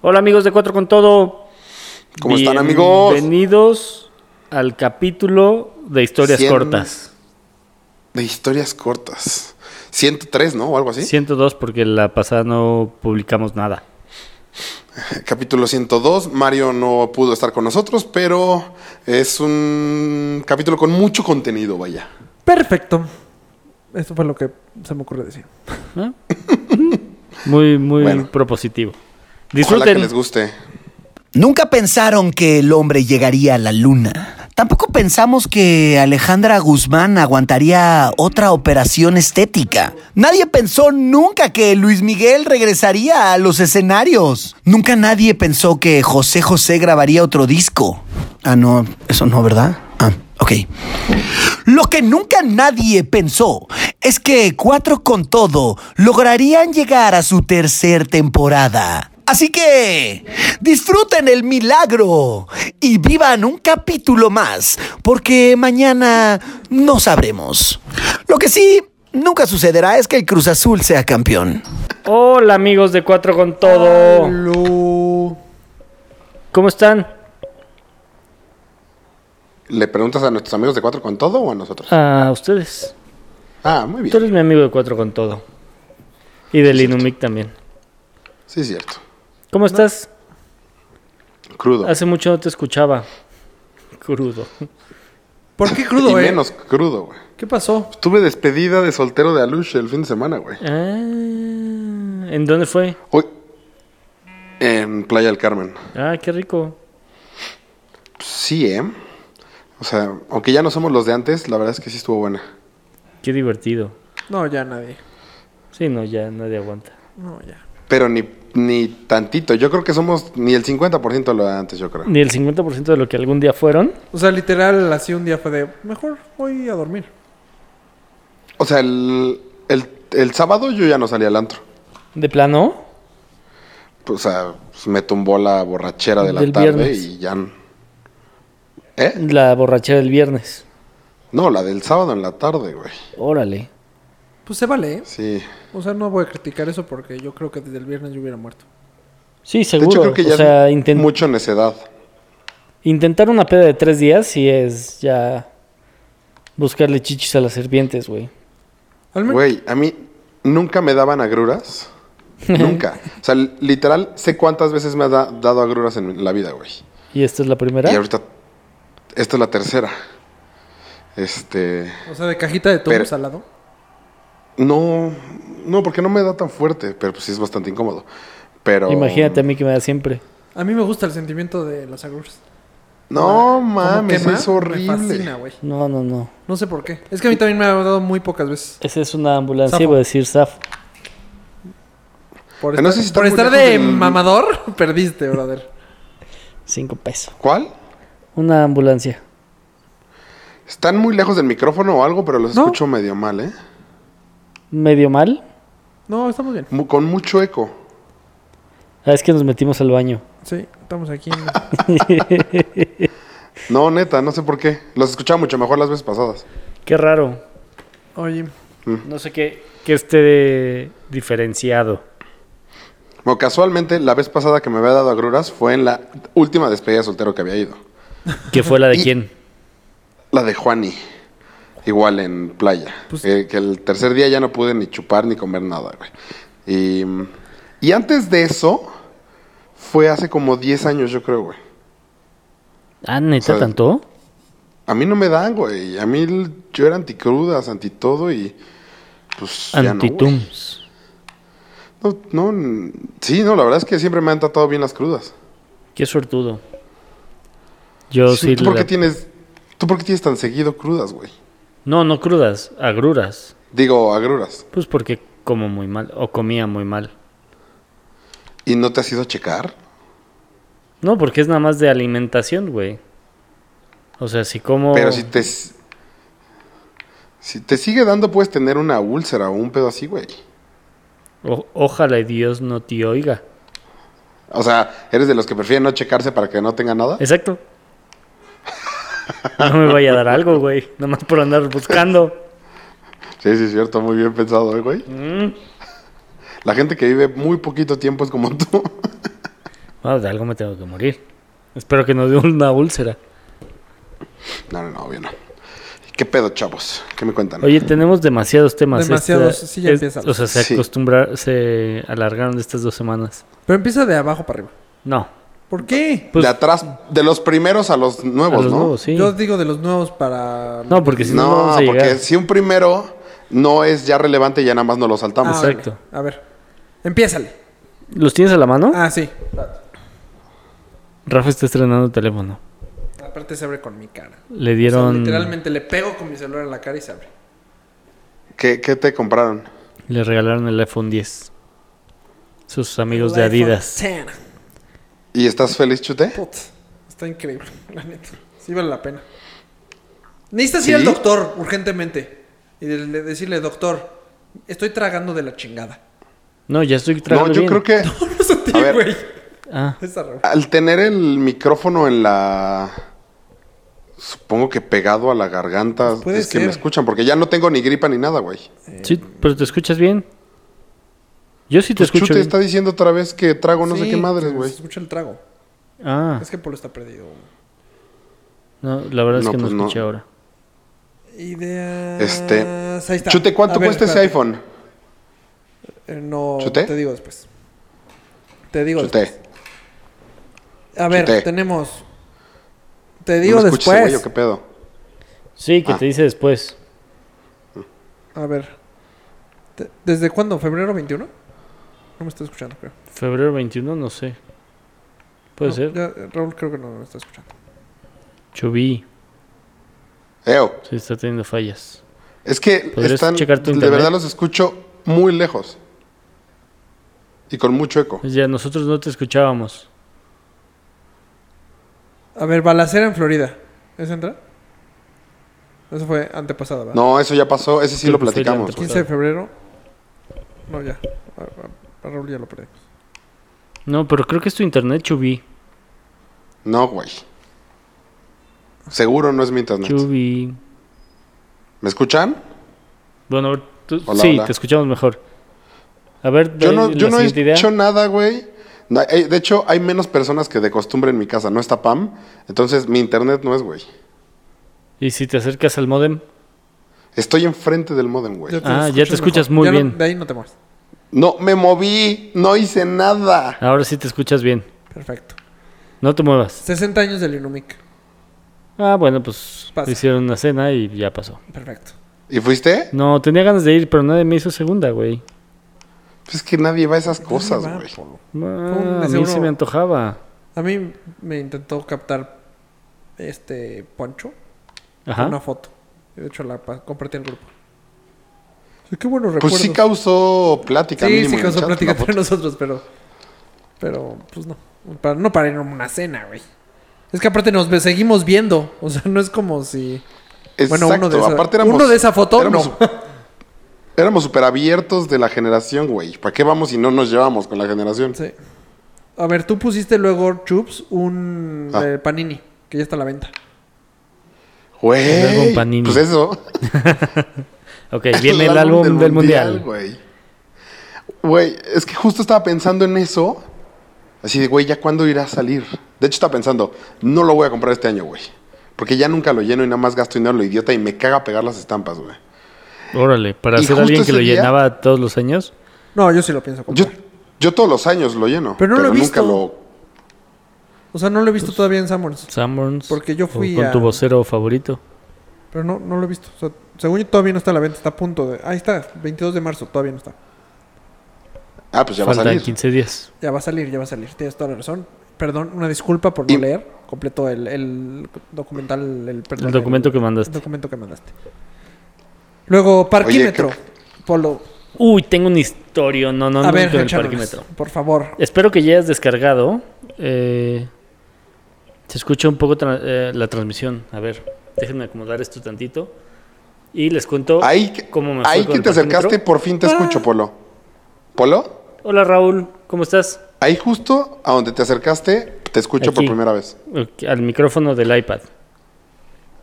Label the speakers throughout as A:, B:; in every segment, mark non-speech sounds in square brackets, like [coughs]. A: Hola amigos de Cuatro con Todo.
B: ¿Cómo están, amigos?
A: Bienvenidos al capítulo de historias
B: Cien-
A: cortas.
B: De historias cortas. 103, ¿no? O algo así.
A: 102 porque la pasada no publicamos nada.
B: Capítulo 102. Mario no pudo estar con nosotros, pero es un capítulo con mucho contenido, vaya.
C: Perfecto. Eso fue lo que se me ocurrió decir.
A: ¿no? [laughs] muy, muy
B: Bueno.
A: propositivo.
B: Ojalá que
A: Disfruten.
B: les guste.
D: Nunca pensaron que el hombre llegaría a la luna. Tampoco pensamos que Alejandra Guzmán aguantaría otra operación estética. Nadie pensó nunca que Luis Miguel regresaría a los escenarios. Nunca nadie pensó que José José grabaría otro disco. Ah, no, eso no, ¿verdad? Ah, ok. Lo que nunca nadie pensó es que Cuatro con Todo lograrían llegar a su tercer temporada. Así que disfruten el milagro y vivan un capítulo más, porque mañana no sabremos. Lo que sí nunca sucederá es que el Cruz Azul sea campeón.
A: Hola amigos de Cuatro con Todo. ¿Cómo están?
B: ¿Le preguntas a nuestros amigos de Cuatro con Todo o a nosotros?
A: A ustedes.
B: Ah, muy
A: Tú
B: bien.
A: eres mi amigo de Cuatro con Todo. Y del Inumic también.
B: Sí, es cierto.
A: ¿Cómo estás?
B: Crudo.
A: Hace mucho no te escuchaba. Crudo.
C: ¿Por qué
B: Y
C: crudo, eh?
B: menos crudo, güey.
C: ¿Qué pasó?
B: Estuve despedida de soltero de Alush el fin de semana, güey.
A: Ah, ¿En dónde fue?
B: Hoy. En Playa del Carmen.
A: Ah, qué rico.
B: Sí, ¿eh? O sea, aunque ya no somos los de antes, la verdad es que sí estuvo buena.
A: Qué divertido.
C: No, ya nadie.
A: Sí, no, ya nadie aguanta.
C: No, ya.
B: Pero ni, ni tantito. Yo creo que somos ni el 50% de lo de antes, yo creo.
A: Ni el 50% de lo que algún día fueron.
C: O sea, literal, así un día fue de, mejor voy a dormir.
B: O sea, el, el, el sábado yo ya no salí al antro.
A: De plano.
B: O sea, pues, me tumbó la borrachera de la
A: Del
B: tarde
A: viernes.
B: y ya... n- ¿Eh?
A: La borrachera del viernes.
B: No, la del sábado en la tarde, güey.
A: Órale.
C: Pues se vale, ¿eh?
B: Sí.
C: O sea, no voy a criticar eso porque yo creo que desde el viernes yo hubiera muerto.
A: Sí,
B: De
A: seguro.
B: hecho, creo que ya
A: o sea,
B: es
A: inten-
B: mucho necedad.
A: intentar una peda de tres días sí es ya buscarle chichis a las serpientes, güey.
C: Al menos.
B: Güey, a mí nunca me
A: [laughs]
B: daban agruras. Nunca. O sea, literal, sé cuántas veces me ha da- dado agruras en la vida, güey.
A: Y esta es la primera.
B: Y ahorita, esta es la tercera. Este.
C: O sea, de cajita de todo
B: Pero-
C: salado.
B: No, no, porque no me da tan fuerte, pero pues sí es bastante incómodo. Pero.
A: Imagínate a mí que me da siempre.
C: A mí me gusta el sentimiento de las agruras.
B: No
C: Como
B: mames,
C: quema,
B: es
C: Me
B: horrible.
C: fascina, güey.
A: No, no, no.
C: No sé por qué. Es que a mí también me ha dado muy pocas veces.
A: Esa es una ambulancia,
C: Zafo.
A: iba a decir Zaf.
C: Por
B: No
C: estar,
B: sé si está
C: por
B: muy
C: estar
B: lejos
C: de
B: del-
C: mamador, [laughs] perdiste, brother.
A: Cinco pesos.
B: ¿Cuál?
A: Una ambulancia.
B: Están muy lejos del micrófono o algo, pero los
C: No.
B: escucho medio mal, ¿eh?
A: Medio mal.
C: No, estamos bien.
B: Mu- con mucho eco.
A: Ah, es que nos metimos al baño.
C: Sí, estamos aquí.
B: [laughs] No, neta, no sé por qué. Los escuchaba mucho mejor las veces pasadas.
A: [laughs] Qué raro.
C: Oye,
A: No sé qué, que esté diferenciado.
B: Bueno, casualmente, la vez pasada que me había dado agruras fue en la última despedida de soltero que había ido.
A: ¿Qué fue la de
B: Y-
A: quién?
B: La de Juani. Igual en playa.
A: Pues
B: Eh, que el tercer día ya no pude ni chupar ni comer nada, güey. Y, y antes de eso, fue hace como 10 años, yo creo, güey.
A: Ah, neta,
B: O sea,
A: tanto.
B: A mí no me dan, güey. A mí el- yo era anticrudas, anti todo y. Pues. ya no, güey.
A: Antitums.
B: No, no, n- sí, no, la verdad es que siempre me han tratado bien las crudas.
A: Qué suertudo. Yo sí.
B: ¿Tú por qué
A: la-
B: tienes. ¿Tú por qué tienes tan seguido crudas, güey?
A: No, no crudas, agruras.
B: Digo, agruras.
A: Pues porque como muy mal, o comía muy mal.
B: ¿Y no te has ido a checar?
A: No, porque es nada más de alimentación, güey. O sea, si como...
B: Pero si te. s- Si te sigue dando, puedes tener una úlcera o un pedo así, güey.
A: o- ojalá y Dios no te oiga.
B: O sea, ¿eres de los que prefieren no checarse para que no tenga nada?
A: Exacto. [laughs] No me vaya a dar algo, güey. Nada más por andar buscando.
B: Sí, sí, es cierto, muy bien pensado, ¿eh, güey.
A: Mm.
B: La gente que vive muy poquito tiempo es como tú.
A: Bueno, de algo me tengo que morir. Espero que no dé una úlcera.
B: [laughs] No, no, no, obvio no. ¿Qué pedo, chavos? ¿Qué me cuentan?
A: Oye, tenemos demasiados temas. Este,
C: Demasiados, sí, ya
A: es-
C: empiezamos.
A: O sea, se
B: Sí.
A: acostumbra- se alargaron estas dos semanas.
C: Pero empieza de abajo para arriba.
A: No,
C: ¿Por qué?
A: pues-
B: de atrás, de los primeros a los nuevos,
A: a los
B: ¿no?
A: nuevos, sí.
C: Yo digo de los nuevos para...
A: No, porque si no, no
B: No,
A: vamos a llegar.
B: porque si un primero no es ya relevante, ya nada más nos lo
C: Ah,
B: saltamos.
C: órale.
A: Exacto.
C: A ver. Empiézale.
A: ¿Los tienes a la mano?
C: Ah, sí.
A: Rafa está estrenando teléfono.
C: Aparte se abre con mi cara.
A: Le
C: O sea,
A: dieron...
C: literalmente le pego con mi celular en la cara y se abre.
B: ¿Qué, qué te compraron?
A: Le regalaron el iPhone 10. Sus amigos de
C: El iPhone
A: Adidas.
C: 10.
B: ¿Y estás feliz, Chute?
C: Put, está increíble, [laughs] la neta. Sí vale la pena. Necesitas
B: ¿Sí?
C: ir al doctor urgentemente y de- de- decirle, doctor, estoy tragando de la chingada. [laughs]
A: No, ya estoy tragando
B: No, yo
A: bien.
B: creo que
A: [laughs]
C: No es a ti,
B: A ver.
C: güey.
A: Ah,
C: Está raro.
B: al tener el micrófono en la... Supongo que pegado a la garganta
C: Pues Puede
B: es que me
C: ser.
B: escuchan, porque ya no tengo ni gripa ni nada, güey.
A: sí, pero ¿te escuchas bien? Yo sí te
B: Pues
A: escucho
B: Chute
A: bien.
B: está diciendo otra vez que trago Ah, no sé
C: Sí,
B: qué madres,
C: Se
B: güey.
C: escucha el trago.
A: Ah,
C: Es que Polo está perdido.
A: no, la verdad es
B: No,
A: que no
B: pues no.
A: escuché ahora.
C: Ideas.
B: Este,
C: Ahí está.
B: Chute,
C: A
B: ¿cuánto
C: ver,
B: cuesta ese
C: espérate.
B: iPhone?
C: Eh, no,
B: ¿Chute?
C: te digo después. Te digo
B: Chute,
C: después. A ver,
B: Chute.
C: tenemos. Te
B: ¿no
C: digo
B: me escuchas,
C: después.
B: güey, o qué pedo?
A: Sí, que
B: Ah.
A: te dice después.
C: A ver. Te- ¿Desde cuándo? ¿Febrero 21? No me está escuchando, creo.
A: Febrero 21, no sé. Puede
C: No,
A: ser.
C: ya, eh, Raúl creo que no me está escuchando.
A: Chubí,
B: Eo,
A: se está teniendo fallas.
B: es que
A: ¿Podrías
B: están...
A: checar tu
B: De
A: internet?
B: verdad los escucho muy lejos. Y con mucho eco.
A: Pues ya nosotros no te escuchábamos.
C: A ver, balacera en Florida. ¿Esa entra? Eso fue antepasada, ¿verdad?
B: No, eso ya pasó, ese sí
A: Creo
B: lo
A: que fue pues, ya
B: platicamos.
A: antes.
B: güey.
C: 15 de febrero. No, ya. A, a- a Raúl ya lo perdimos.
A: No, pero creo que es tu internet, Chubí.
B: No, güey. Seguro no es mi internet.
A: Chubí.
B: ¿Me escuchan?
A: Bueno, a ver, tú-
B: Hola,
A: sí,
B: hola.
A: te escuchamos mejor. A ver,
B: Yo
A: dale
B: no,
A: la
B: yo no he
A: siguiente idea.
B: hecho nada, güey. Na- eh, De hecho, hay menos personas que de costumbre en mi casa. No está Pam, entonces mi internet no es, güey.
A: Y si te acercas al modem,
B: Estoy enfrente del modem, güey.
C: te
A: Ah, ya te escuchas
C: mejor.
A: muy
C: Ya no-
A: bien.
C: de ahí no te mueres.
B: No, me moví, no hice nada.
A: ahora sí te escuchas bien.
C: Perfecto.
A: No te muevas.
C: 60 años del Inumic.
A: Ah, bueno, pues
C: Pasa.
A: hicieron una cena y ya pasó.
C: Perfecto.
B: ¿Y fuiste?
A: No, tenía ganas de ir, pero nadie me hizo segunda, güey.
B: Pues es que nadie va a esas cosas,
C: va,
B: güey.
A: Ah,
C: de
A: a mí
C: seguro.
A: se me antojaba.
C: A mí me intentó captar este Poncho.
A: Ajá.
C: una foto. De hecho, la pa- compartí al grupo. Sí, qué buenos recuerdos.
B: Pues sí causó plática.
C: Sí,
B: mínimo
C: sí
B: en
C: causó
B: el chat,
C: plática
B: la
C: entre
B: foto.
C: nosotros, pero. Pero, pues no. Para- no para ir a una cena, güey. Es que aparte nos ve- seguimos viendo. O sea, no es como si. Bueno, uno de
B: Exacto,
C: esa-
B: aparte
C: uno de esa foto,
B: éramos
C: no.
B: su- [laughs] Éramos súper abiertos de la generación, güey. ¿Para qué vamos si no nos llevamos con la generación?
C: sí. A ver, tú pusiste luego, Chups, un
B: Ah.
C: eh, panini, que ya está a la venta.
A: El álbum
B: Güey.
A: Panini.
B: Pues eso. [laughs]
A: Ok, viene el álbum del, mundial.
B: Güey. Güey, es que justo estaba pensando en eso. Así de, güey, ¿ya cuándo irá a salir? De hecho, estaba pensando, no lo voy a comprar este año, güey. Porque ya nunca lo lleno y nada más gasto dinero en lo idiota y me caga pegar las estampas, güey.
A: Órale, para
B: Y
A: ser
B: justo
A: alguien que
B: ese
A: lo
B: día-
A: llenaba todos los años.
C: No, yo sí lo pienso
B: Yo,
C: comprar.
B: yo todos los años lo lleno.
C: Pero no lo he
B: nunca
C: visto.
B: lo
C: O sea, no lo he
B: Pues
C: visto todavía en Summers.
A: Sanborns.
C: Porque yo
A: o
C: fui
A: Con
C: a-
A: tu vocero favorito.
C: Pero no, no lo he visto. O sea, según yo, todavía no está a la venta. Está a punto de. Ahí está, 22 de marzo, todavía no está.
B: Ah, pues ya va a
A: Faltan
B: salir.
A: 15 días.
C: Ya va a salir, ya va a salir. Tienes toda la razón. Perdón, una disculpa por no
B: Y-
C: leer completo el, el documental. El, perdón,
A: El documento que mandaste.
C: El documento que mandaste. Luego, parquímetro.
B: Oye,
C: Polo.
A: Uy, tengo una historia. No, no,
C: a
A: no.
C: ver,
A: con el
C: échanos,
A: parquímetro.
C: por favor.
A: Espero que ya hayas descargado. Eh, se escucha un poco tra- eh, la transmisión. A ver, déjenme acomodar esto tantito. Y les cuento
B: Ahí, que-
A: cómo me fue
B: ahí
A: con
B: que
A: el Ah.
B: te acercaste,
A: parquímetro.
B: por fin te escucho, Polo. ¿Polo?
A: Hola Raúl, ¿cómo estás?
B: Ahí justo a donde te acercaste, te escucho por
A: Aquí.
B: primera vez.
A: Ok, Al micrófono del iPad.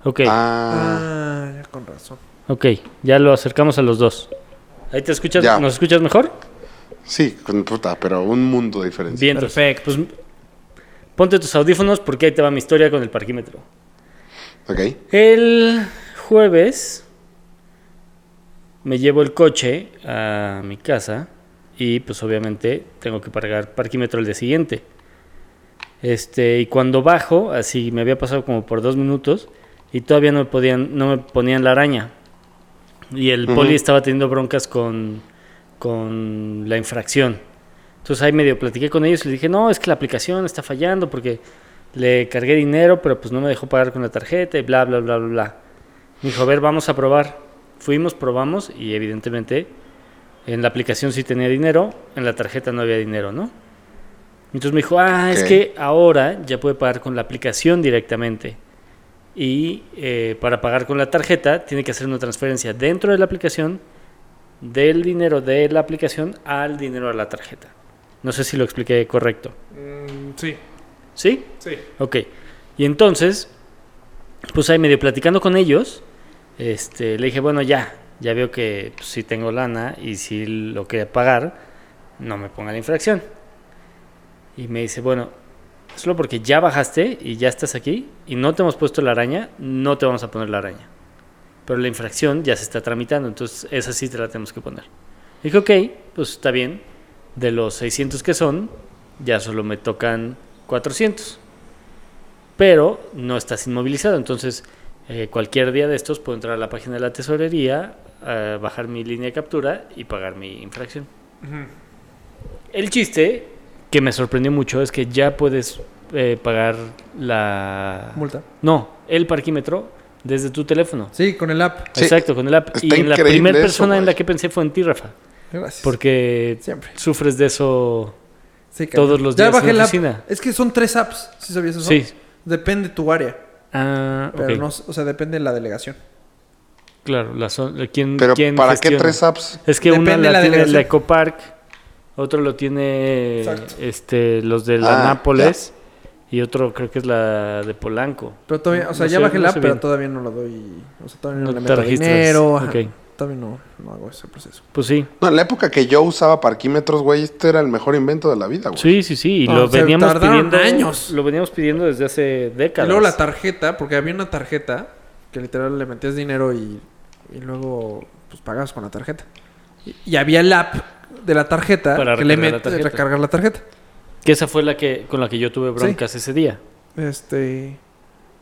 A: Ok,
B: Ah,
C: Ah, ya con razón.
A: ok, ya lo acercamos a los dos. Ahí te escuchas,
B: Ya.
A: ¿nos escuchas mejor?
B: sí, con puta, pero un mundo de diferencia.
A: Bien, perfecto. Pues Ponte tus audífonos porque ahí te va mi historia con el parquímetro.
B: Ok.
A: El jueves me llevo el coche a mi casa y pues obviamente tengo que pagar parquímetro el día siguiente. Este, y cuando bajo, así me había pasado como por dos minutos y todavía no me, podían, no me ponían la araña. Y el poli estaba teniendo broncas con, con la infracción. Entonces ahí medio platiqué con ellos y le dije, no, es que la aplicación está fallando porque le cargué dinero, pero pues no me dejó pagar con la tarjeta y bla, bla, bla, bla, bla. Me dijo, a ver, vamos a probar. Fuimos, probamos y evidentemente en la aplicación sí tenía dinero, en la tarjeta no había dinero, ¿no? Entonces me dijo, ah, es
B: Ok.
A: que ahora ya puede pagar con la aplicación directamente. Y eh, para pagar con la tarjeta tiene que hacer una transferencia dentro de la aplicación del dinero de la aplicación al dinero de la tarjeta. No sé si lo expliqué correcto.
E: Mm, sí,
A: ¿Sí?
E: sí.
A: Ok. Y entonces, pues ahí medio platicando con ellos, este, le dije, bueno, ya, ya veo que pues, si tengo lana y si lo quería pagar, no me ponga la infracción. Y me dice, bueno, solo porque ya bajaste y ya estás aquí y no te hemos puesto la araña, no te vamos a poner la araña. Pero la infracción ya se está tramitando, entonces esa sí te la tenemos que poner. Dije, ok, pues está bien. De los 600 que son, ya solo me tocan 400 pero no estás inmovilizado. Entonces, eh, cualquier día de estos puedo entrar a la página de la tesorería, eh, bajar mi línea de captura y pagar mi infracción. El chiste que me sorprendió mucho es que ya puedes eh, pagar la...
C: Ah. Multa.
A: No, el parquímetro desde tu teléfono.
C: Sí, con el app.
B: Sí,
A: Exacto, con el app.
B: está
A: Y en la
B: increíble
A: primera
B: eso,
A: persona en la
B: güey.
A: que pensé fue en ti, Rafa.
C: Gracias.
A: Porque
C: Siempre.
A: sufres de eso.
C: Sí, cabrón.
A: todos los días en la
C: la
A: oficina.
C: app. Es que son tres apps, si sabías eso?
A: Sí.
C: Depende tu área.
A: Ah,
C: Pero
A: ok.
C: no, o sea, depende de la delegación.
A: Claro, la zona- ¿quién,
B: Pero
A: Mm, quién
B: ¿para
A: gestiona?
B: qué tres apps?
A: Es que
C: Depende
A: una
C: de
A: la,
C: la
A: tiene el
C: delegación.
A: Ecopark, otro lo tiene
C: Exacto.
A: este los de la
B: Ah,
A: Nápoles y otro creo que es la de Polanco.
C: Pero todavía, o sea,
A: No
C: ya
A: sé,
C: bajé
A: no
C: la
A: sé
C: app, pero
A: bien.
C: todavía no la doy. O sea, todavía
A: No
C: no, le
A: te
C: meto
A: registras.
C: dinero. ajá.
A: Ok.
C: Todavía no, no hago ese proceso.
A: Pues sí,
B: No, en la época que yo usaba parquímetros, güey, este era el mejor invento de la vida, güey.
A: sí, sí, sí. Y
C: No,
A: lo
C: se
A: veníamos
C: tardaron
A: pidiendo
C: años.
A: Lo veníamos pidiendo desde hace
C: Y
A: décadas.
C: luego la tarjeta, porque había una tarjeta que literal le metías dinero y, y luego pues pagabas con la tarjeta. Y, y había el app de la tarjeta
A: Para
C: que le
A: recargar la
C: metes
A: tarjeta.
C: recargar la tarjeta.
A: que esa fue la que con la que yo tuve broncas ese día.
C: Este,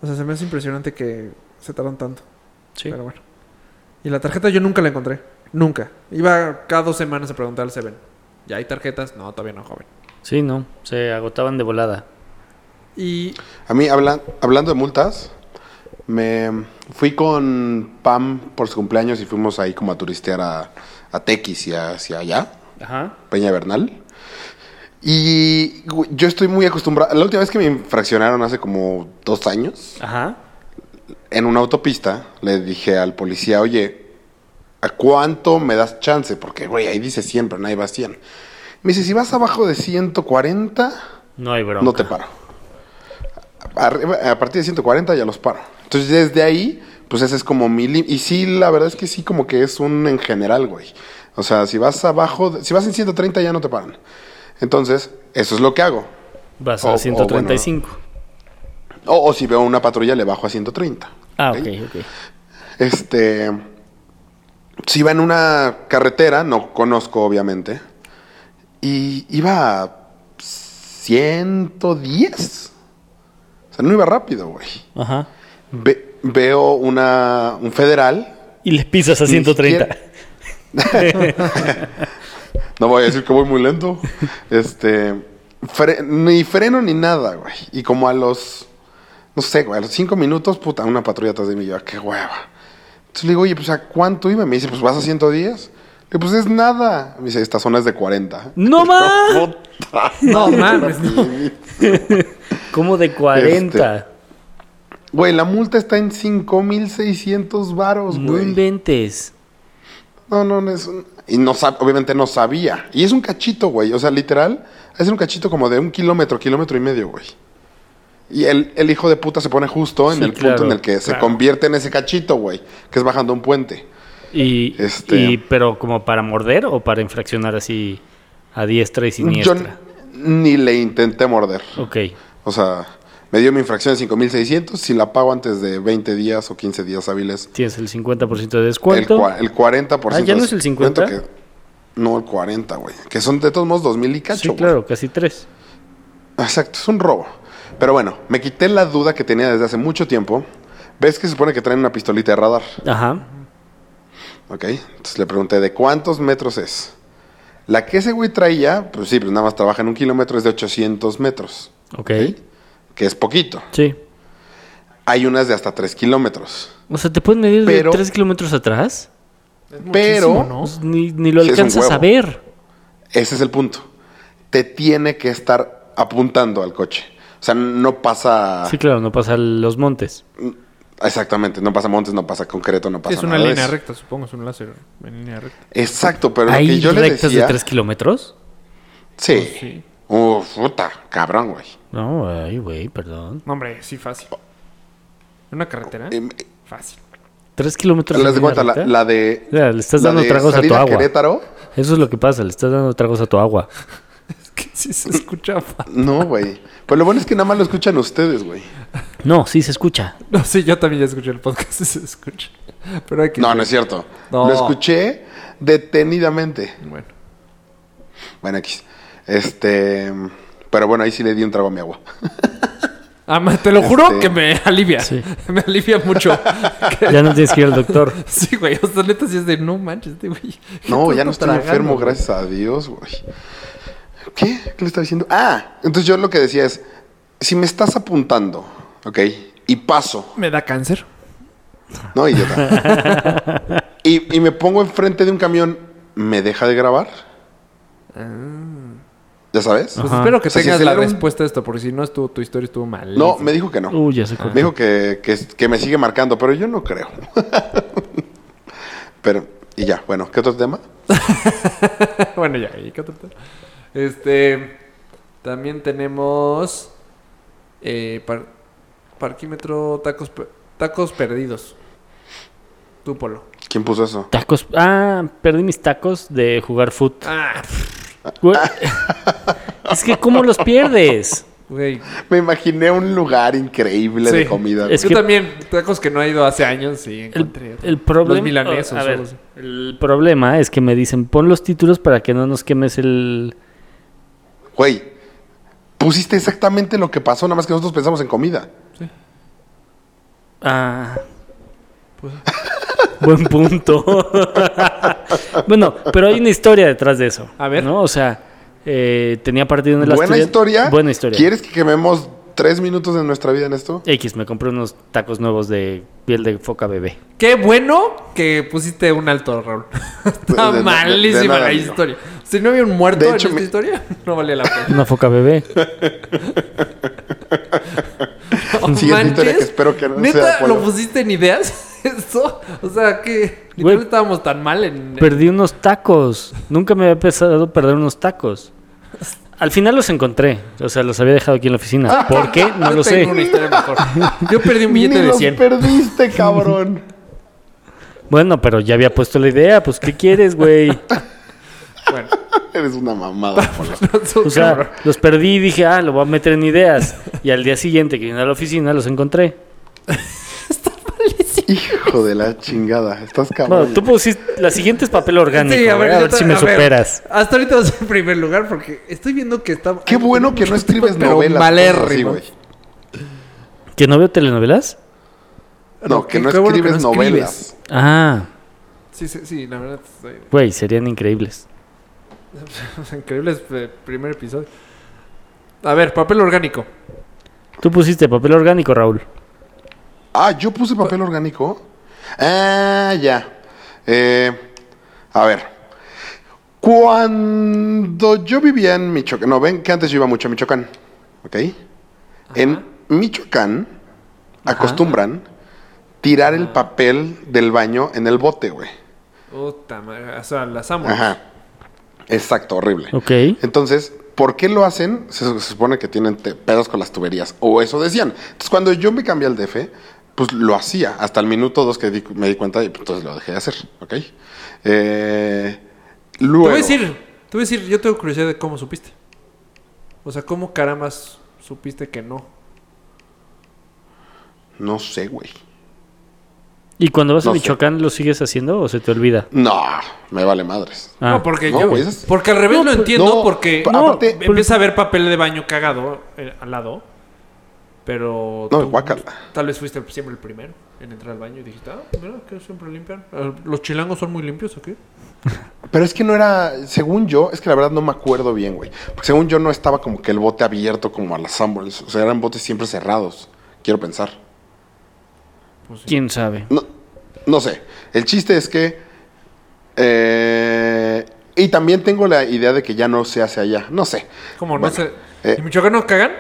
C: o sea, se me hace impresionante que se tardan tanto.
A: Sí.
C: Pero bueno. Y la tarjeta yo nunca la encontré. Nunca. Iba cada dos semanas a preguntar al Seven. ¿Ya hay tarjetas? No, todavía no, joven.
A: Sí, no, se agotaban de volada.
C: Y
B: A mí, hablan- hablando de multas, me fui con Pam por su cumpleaños y fuimos ahí como a turistear a, a Tequis y hacia allá,
A: Ajá.
B: Peña Bernal. Y güey, yo estoy muy acostumbrado. La última vez que me infraccionaron hace como dos años,
A: Ajá.
B: en una autopista le dije al policía, oye, ¿a cuánto me das chance? Porque, güey, ahí dice 100, pero nadie va a 100. Me dice, si vas abajo de 140,
A: No hay bronca.
B: no te paro. Arriba- a partir de 140 ya los paro. Entonces, desde ahí, pues ese es como mi límite. Y sí, la verdad es que sí, como que es un en general, güey. O sea, si vas abajo, de- si vas en 130 ya no te paran. Entonces, eso es lo que hago.
A: Vas
B: O-
A: a
B: o
A: 135.
B: O, o si veo una patrulla, le bajo a 130.
A: Ah,
B: ¿ok?
A: ok, ok.
B: Este. Si iba en una carretera, no conozco, obviamente. Y iba a 110. O sea, no iba rápido, güey.
A: Ajá.
B: Ve- veo una, un federal.
A: Y les pisas a
B: Ni
A: 130.
B: siquiera- No voy a decir que voy muy lento. Este. fre- ni freno ni nada, güey. Y como a los. No sé, güey, a los cinco minutos, puta, una patrulla atrás de mí. Yo, "Ah, qué hueva. Entonces le digo, oye, pues, ¿a cuánto iba? Me dice, pues, vas a 110. Le digo, pues, es nada. Me dice, esta zona es de 40. [laughs]
A: ¡No más!
B: Puta. [laughs]
C: no mames, no.
A: Como de 40.
B: Este, Güey, la multa está en 5600 varos,
A: No
B: güey.
A: inventes.
B: No, no, no es un... Y no sab- obviamente no sabía. Y es un cachito, güey. O sea, literal, es un cachito como de un kilómetro, kilómetro y medio, güey. Y el, el hijo de puta se pone justo en
A: Sí,
B: el
A: claro,
B: punto en el que se
A: claro.
B: convierte en ese cachito, güey. Que es bajando un puente.
A: Y,
B: Este-
A: y- pero como para morder o para infraccionar así a diestra y
B: Yo n-
A: siniestra.
B: ni le intenté morder.
A: Ok.
B: O sea, me dio mi infracción de 5.600. Si la pago antes de 20 días o 15 días hábiles,
A: Tienes el 50% de
B: el,
A: descuento.
B: cua- el 40%.
A: Ah, ¿ya no
B: de
A: es el
B: descuento
A: 50?
B: que- no, el 40, güey. Que son de todos modos 2.000 y cacho,
A: sí,
B: güey.
A: claro, casi tres.
B: Exacto, es un robo. Pero bueno, me quité la duda que tenía desde hace mucho tiempo. ¿Ves que se supone que traen una pistolita de radar?
A: Ajá.
B: ¿Ok? Entonces le pregunté, ¿de cuántos metros es? La que ese güey traía, pues sí, pues nada más trabaja en un kilómetro, es de 800 metros,
A: Ok.
B: que es poquito.
A: Sí.
B: Hay unas de hasta 3 kilómetros.
A: O sea, ¿te pueden medir
B: Pero-
A: de tres kilómetros atrás?
B: Pero
C: ¿no?
A: Pues ni, ni lo
B: Sí, es un
A: alcanzas a
B: huevo.
A: ver.
B: ese es el punto. Te tiene que estar apuntando al coche. O sea, no pasa...
A: Sí, claro, no pasa los montes.
B: Exactamente, no pasa montes, no pasa concreto, no pasa
C: es una
B: nada de
C: línea
B: eso.
C: recta, supongo, es un láser en línea recta.
B: Exacto, pero lo que
A: ¿Hay
B: yo le
A: rectas
B: decía...
A: de tres kilómetros? Oh,
B: Sí.
C: Sí.
B: Uf, puta, cabrón, güey.
A: No, ay, güey, perdón.
C: No, hombre, sí, fácil. ¿En una carretera?
B: Em,
C: Fácil.
A: ¿Tres kilómetros?
B: ¿Las
A: en
B: de
A: una
B: cuenta? La,
A: recta?
B: la de.
A: Mira, le estás
B: la
A: dando
B: de
A: tragos a
B: salir
A: tu agua.
B: Querétaro?
A: Eso es lo que pasa, le estás dando tragos a tu agua.
C: Es que sí se escucha fácil.
B: No,
A: [laughs]
B: güey. Pues lo bueno es que nada más lo escuchan ustedes, güey.
A: No, sí se escucha.
C: No, sí, yo también ya escuché el podcast y se escucha. Pero hay que...
B: No, no es cierto.
C: No.
B: Lo escuché detenidamente.
C: Bueno.
B: Bueno, X. Este. Pero bueno, ahí sí le di un trago a
A: [laughs]
B: mi agua.
C: Ah, ma- te lo juro
B: Este-
C: que me alivia.
A: Sí.
C: [laughs] Me alivia mucho. [laughs] Que-
A: Ya no tienes que ir al
B: [laughs]
A: doctor.
C: Sí, güey. O sea, neta, sí es de no manches, este güey.
B: No,
C: ¿Qué
B: ya no
C: tanto
B: estoy
C: tragando,
B: enfermo,
C: güey?
B: gracias a Dios, güey. ¿Qué? ¿Qué le estaba diciendo? Ah, entonces yo lo que decía es: si me estás apuntando, ¿ok? Y paso.
C: Me da cáncer.
B: No, idiota.
A: [laughs]
B: y, y me pongo enfrente de un camión, ¿me deja de grabar?
A: Ah.
B: ¿Ya sabes?
C: Pues
A: Ajá.
C: espero que
B: O sea, si
C: tengas la
B: acelera un-
C: respuesta a esto, porque si no estuvo, tu historia estuvo mal.
B: No, me dijo que no.
A: Uy, ya se cortó.
B: Me dijo que, que- que me sigue marcando, pero yo no creo. [laughs] pero, y ya, bueno, ¿qué otro tema?
C: bueno, ya, ¿y qué otro tema? Este. También tenemos. eh, par- parquímetro, tacos, per- tacos perdidos. Tú, Polo.
B: ¿Quién puso eso?
A: Tacos. Ah, perdí mis tacos de jugar foot.
C: Ah,
B: [laughs]
A: Güey. Es que, ¿cómo los pierdes?
C: güey.
B: Me imaginé un lugar increíble de
C: Sí.
B: comida. güey.
A: Es
C: Yo
A: que-
C: también, tacos que no he ido hace años, sí, encontré.
A: El, el problema.
C: Los milanesos.
A: a ver,
C: o algo así.
A: el problema es que me dicen pon los títulos para que no nos quemes el.
B: Güey, pusiste exactamente lo que pasó, nada más que nosotros pensamos en comida.
A: Ah.
C: Pues,
A: [laughs] Buen
C: [laughs]
A: punto. bueno, pero hay una historia detrás de eso.
C: A ver.
A: ¿no? O sea, eh, tenía partido en el
B: Buena
A: Asturias-
B: historia.
A: Buena historia.
B: ¿Quieres que quememos tres minutos de nuestra vida en esto?
A: X, me compré unos tacos nuevos de piel de foca bebé.
C: Qué bueno que pusiste un alto, Raúl. [laughs] Está
B: De- de- de-
C: malísima
B: de nada,
C: la
B: amigo.
C: historia. Si no había un muerto
B: De hecho,
C: en esta
B: me-
C: historia, [laughs] no valía la pena.
A: Una foca
C: [laughs]
A: bebé.
C: [laughs] No
B: Siguiente historia que espero que no
C: ¿Neta
B: sea Polo.
C: lo pusiste en ideas? [laughs] ¿Eso? O sea, que
A: Güey.
C: no estábamos tan mal en... [laughs]
A: Perdí unos tacos. Nunca me había pensado perder unos tacos. Al final los encontré. O sea, los había dejado aquí en la oficina. ¿Por qué? No
C: [laughs] Yo
A: lo
C: Ah, tengo
A: sé.
C: una historia mejor.
A: [laughs]
C: Yo perdí un billete
B: Ni
C: de
B: los
C: 100. [laughs]
B: perdiste, cabrón.
A: Bueno, pero ya había puesto la idea. Pues, ¿qué quieres,
C: [laughs]
A: güey?
C: Bueno, [laughs]
B: Eres una mamada, Polo.
C: no, so-
A: O sea,
C: cabrón.
A: los perdí y dije, ah, lo voy a meter en ideas. Y al día siguiente que vine a la oficina los encontré.
B: Hijo de la chingada. Estás cabrón.
A: Bueno, tú pusiste. La siguiente es papel orgánico.
C: Sí,
A: a ver,
C: yo
A: a ver
C: ta-
A: si me
C: a ver,
A: superas.
C: hasta ahorita vas en primer lugar porque estoy viendo que está...
B: Qué bueno que no escribes
C: Pero
B: novelas.
C: malérrimo.
B: cosas así, güey.
A: ¿Que no veo telenovelas?
B: No, que
C: qué-
B: no
C: qué bueno
B: escribes
C: que no escribes.
B: novelas.
A: Ah,
C: Sí, sí, sí, la verdad [laughs] estoy...
A: güey, serían increíbles.
C: Increíble este primer episodio. A ver, papel orgánico.
A: Tú pusiste papel orgánico, Raúl.
B: Ah, yo puse papel orgánico. Ah, ya. Eh, a ver. Cuando yo vivía en Michoacán, no, ven que antes yo iba mucho a Michoacán, ¿ok? En Michoacán acostumbran tirar el papel del baño en el bote, güey.
C: Puta madre, o sea, las amo.
B: Ajá. Exacto, horrible.
A: Ok.
B: Entonces, ¿por qué lo hacen? Se, se supone que tienen te- pedos con las tuberías, o eso decían. Entonces, cuando yo me cambié al DF, pues lo hacía, hasta el minuto dos que di- me di cuenta, y pues, entonces lo dejé de hacer, ¿ok? Eh,
C: Te
B: luego,
C: voy a decir, te voy a decir, yo tengo curiosidad de cómo supiste. O sea, cómo carambas supiste que no?
B: No sé, güey.
A: ¿Y cuando vas a
B: No sé.
A: Michoacán lo sigues haciendo o se te olvida?
B: No, me vale madres.
A: Ah.
C: no, porque
B: No,
C: yo.
B: güey, eso es-
C: Porque al revés lo entiendo,
B: no,
C: porque em,
B: pa- aparte- pues,
C: empieza a ver papel de baño cagado eh, al lado. Pero.
B: No, guácala.
C: Tal vez fuiste siempre el primero en entrar al baño y dijiste, ah, mira, que siempre limpian. Eh, ¿Los chilangos son muy limpios o qué?
B: Pero es que no era, según yo, es que la verdad no me acuerdo bien, güey. Porque según yo no estaba como que el bote abierto como a las Sanborns. O sea, eran botes siempre cerrados. Quiero pensar.
A: ¿Quién sabe?
B: No, no sé. El chiste es que. eh, y también tengo la idea de que ya no se hace allá. No sé.
C: Como no
B: Bueno,
C: sé.
B: eh,
C: ¿Y Michoacán no cagan?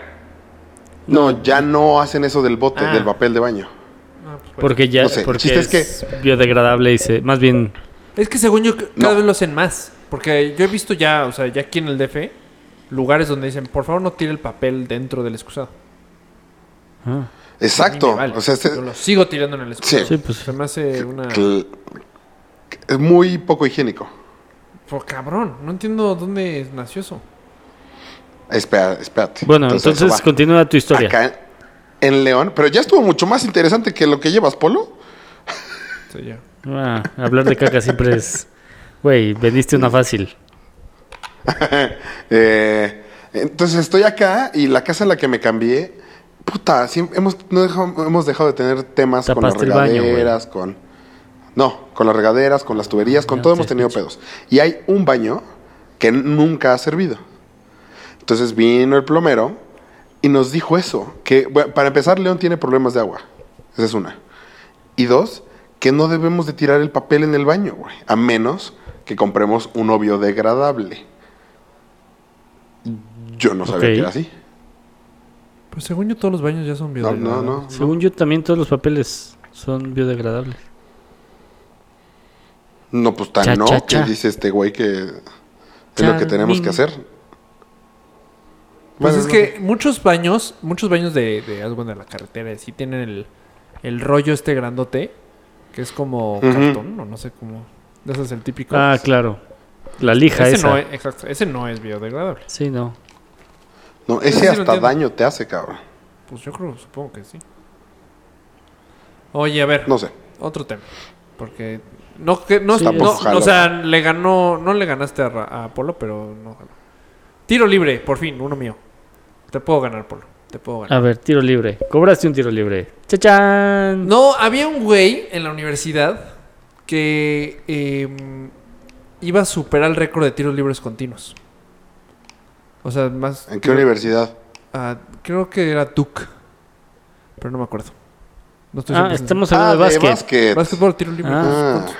B: no, ya no hacen eso del bote,
C: Ah.
B: del papel de baño.
C: Ah, pues, bueno.
A: Porque ya
B: No sé, el
A: porque
B: chiste es
A: es,
B: que-
A: biodegradable y se, más bien
C: Es que según yo, c- cada
B: No.
C: vez lo hacen más. Porque yo he visto ya, o sea, ya aquí en el DF, lugares donde dicen, por favor no tire el papel dentro del excusado.
A: ah,
B: Exacto.
C: A mí me vale.
B: O sea, este-
C: Yo lo sigo tirando en el excusado.
A: sí, pues
C: Se me hace una...
B: cl- es muy poco higiénico.
C: Pues cabrón, no entiendo dónde nació eso.
B: Espera, espérate.
A: bueno, entonces,
B: eso va.
A: continúa tu historia.
B: Acá en León, pero ya estuvo mucho más interesante que lo que llevas, Polo.
C: O sea, ya.
A: Ah, hablar de caca siempre es güey, vendiste una fácil.
B: [laughs] Eh, entonces estoy acá y la casa en la que me cambié, puta, sí, hemos, no dejamos- hemos dejado de tener temas
A: Tapaste
B: con
A: el
B: las
A: baño, güey.
B: regaderas, con... No, con las regaderas, con las tuberías, con
A: No,
B: todo
A: sí,
B: hemos tenido
A: escucho.
B: pedos. Y hay un baño que nunca ha servido. Entonces vino el plomero y nos dijo eso, que bueno, para empezar León tiene problemas de agua. Esa es una. Y dos, que no debemos de tirar el papel en el baño, güey, a menos que compremos uno biodegradable. Yo no sabía
A: Ok.
B: que era así.
C: Pues según yo todos los baños ya son
B: No,
C: biodegradables.
B: no, no.
A: Según yo también todos los papeles son biodegradables.
B: No, pues tan
A: Cha,
B: no
A: cha, cha.
B: que dice este güey que es lo que
A: Chan,
B: tenemos
A: min.
B: que hacer.
C: Pues
B: Bueno,
C: es
B: no.
C: que muchos baños, muchos baños de, de, haz cuenta, de la carretera, sí tienen el, el rollo este grandote, que es como
B: Ujú.
C: cartón, o no sé cómo. Ese es el típico.
A: Ah, claro. La lija
C: ese
A: esa.
C: no eh. es, exacto, ese no es biodegradable.
A: Sí, no.
B: No,
C: Eso
B: ese
C: sí lo
B: hasta
C: entiendo.
B: daño te hace, cabrón.
C: Pues yo creo, supongo que sí. Oye, a ver,
B: No sé.
C: otro tema. Porque no, que, no,
A: Sí,
C: no,
A: Tampoco
B: jalo.
C: o sea, le ganó, no le ganaste a, Ra- a Polo, pero no ganó. Tiro libre, por fin, uno mío. Te puedo ganar, Polo. Te puedo ganar.
A: A ver, tiro libre. Cobraste un tiro libre. ¡Chachán!
C: No, había un güey en la universidad que eh, iba a superar el récord de tiros libres continuos. O sea, más.
B: ¿En qué universidad?
C: Ah, creo que era Duke. Pero no me acuerdo. No estoy
A: Ah,
C: 100%
A: estamos hablando de básquet.
B: básquet.
C: Básquetbol, tiro libre.
A: Ah.
B: Ah,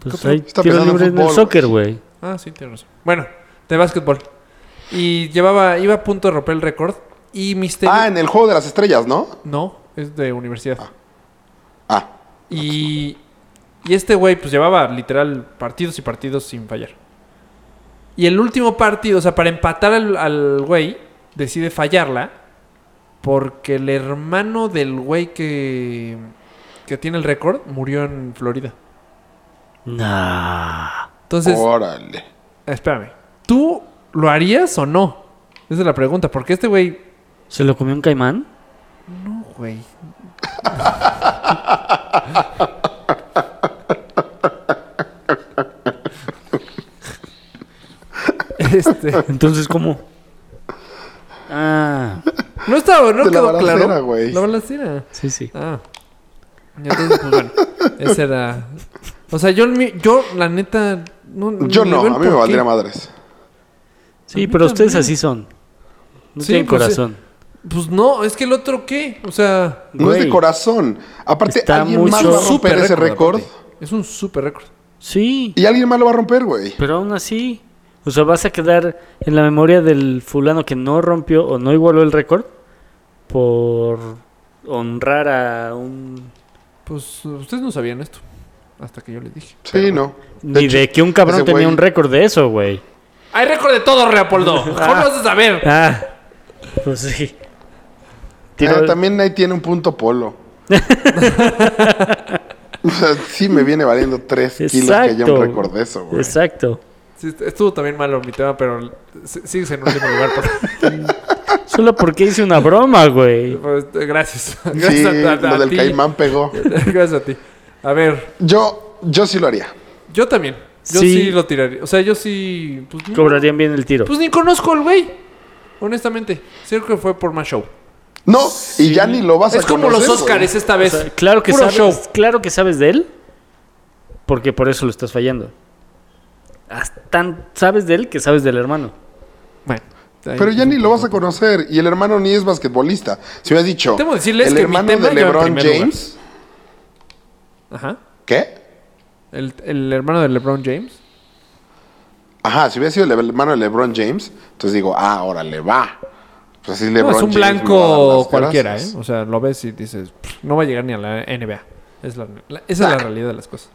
A: Pues
C: ¿Qué
A: hay
B: otro? Está
A: tiro
B: pensando en
A: libre en el
B: fútbol,
A: soccer, güey.
C: Ah, sí, tienes razón. Bueno, de básquetbol. Y llevaba, iba a punto de romper el récord. Y Misterio.
B: Ah, en el juego de las estrellas, ¿no?
C: No, es de universidad.
B: Ah,
C: Y, y este güey, pues llevaba literal partidos y partidos sin fallar. Y el último partido, o sea, para empatar al, al güey, decide fallarla. Porque el hermano del güey que, que tiene el récord murió en Florida.
A: Nah.
C: Entonces,
B: órale.
C: espérame. ¿Tú lo harías o no? Esa es la pregunta. Porque este güey.
A: ¿Se lo comió un caimán?
C: No, güey. Este.
A: Entonces, ¿cómo? Ah,
C: No estaba, no
B: De la
C: quedó
B: balacera,
C: claro.
B: güey.
C: La balacera.
A: sí, sí.
C: Ah. Y Entonces, pues bueno, ese era. O sea, yo, en mi- yo la neta. No, ni
B: Yo no,
C: veo el
B: a mí me
C: porqué.
B: valdría madres.
A: Sí,
C: A mí
A: pero ustedes
C: también.
A: así son. No
C: Sí,
A: tienen
C: pues,
A: corazón.
C: Pues no, es que el otro qué. O sea,
B: No es de
A: Güey.
B: corazón. Aparte,
A: Está
B: alguien
A: muy
B: más
A: solo.
B: va a romper ese récord.
C: aparte. Es un super récord.
A: Sí,
B: Y alguien más lo va a romper, güey.
A: pero aún así. O sea, vas a quedar en la memoria del fulano que no rompió o no igualó el récord por honrar a un...
C: Pues ustedes no sabían esto. Hasta que yo les dije.
B: Sí, no.
A: Ni
B: hecho,
A: de que un cabrón
B: ese
A: tenía
B: güey-
A: un récord de eso, güey.
C: Hay récord de todo, [laughs] Reapoldo. ¿Cómo vas a saber?
A: Ah, pues sí.
B: Ah,
A: Tiro-
B: también ahí tiene un
A: [laughs]
B: punto polo. o sea, sí me viene valiendo tres kilos que yo
A: Exacto.
B: un récord de eso, güey.
A: Exacto.
B: [laughs]
C: Sí, est- estuvo también malo mi tema, pero s- sigues en último lugar. por-
A: Solo porque hice una broma, güey.
C: Pues, Gracias. [laughs] Gracias
B: Sí,
C: a, a-
B: lo
C: a
B: del
C: ti.
B: caimán pegó.
C: [laughs] Gracias a ti. A ver,
B: Yo, yo sí lo haría.
C: yo también. Yo sí,
A: Sí.
C: lo tiraría. O sea, yo sí. Pues, ni-
A: Cobrarían bien el tiro.
C: pues ni conozco al güey. Honestamente. Creo que fue por más show.
B: No, y ya ni lo vas a
C: Es como los
B: conocer, güey.
C: Óscares esta
A: O [laughs]
C: vez.
A: sea, claro que
C: Puro
A: sabes,
C: show.
A: claro que sabes de él, porque por eso lo estás fallando. Hasta tan sabes de él que sabes del hermano.
C: Bueno, ahí-
B: Pero ya ni lo vas a conocer. Y el hermano ni es basquetbolista. Si me has dicho.
C: Debo decirles
B: el
C: que mi
B: hermano
C: tema
B: de
C: lleva en
B: LeBron
C: primer lugar.
B: James.
C: Ajá.
B: ¿Qué?
C: El, el hermano de LeBron James.
B: Ajá, si hubiera sido el hermano de LeBron James, entonces digo, ah, órale, va. Pues así
C: No,
B: LeBron
C: es un
B: James me va a dar
C: blanco
B: las
C: cualquiera,
B: gracias.
C: ¿eh? O sea, lo ves y dices, "Pff, no va a llegar ni a la NBA. Es la- la- esa
B: Ah.
C: es la realidad de las cosas.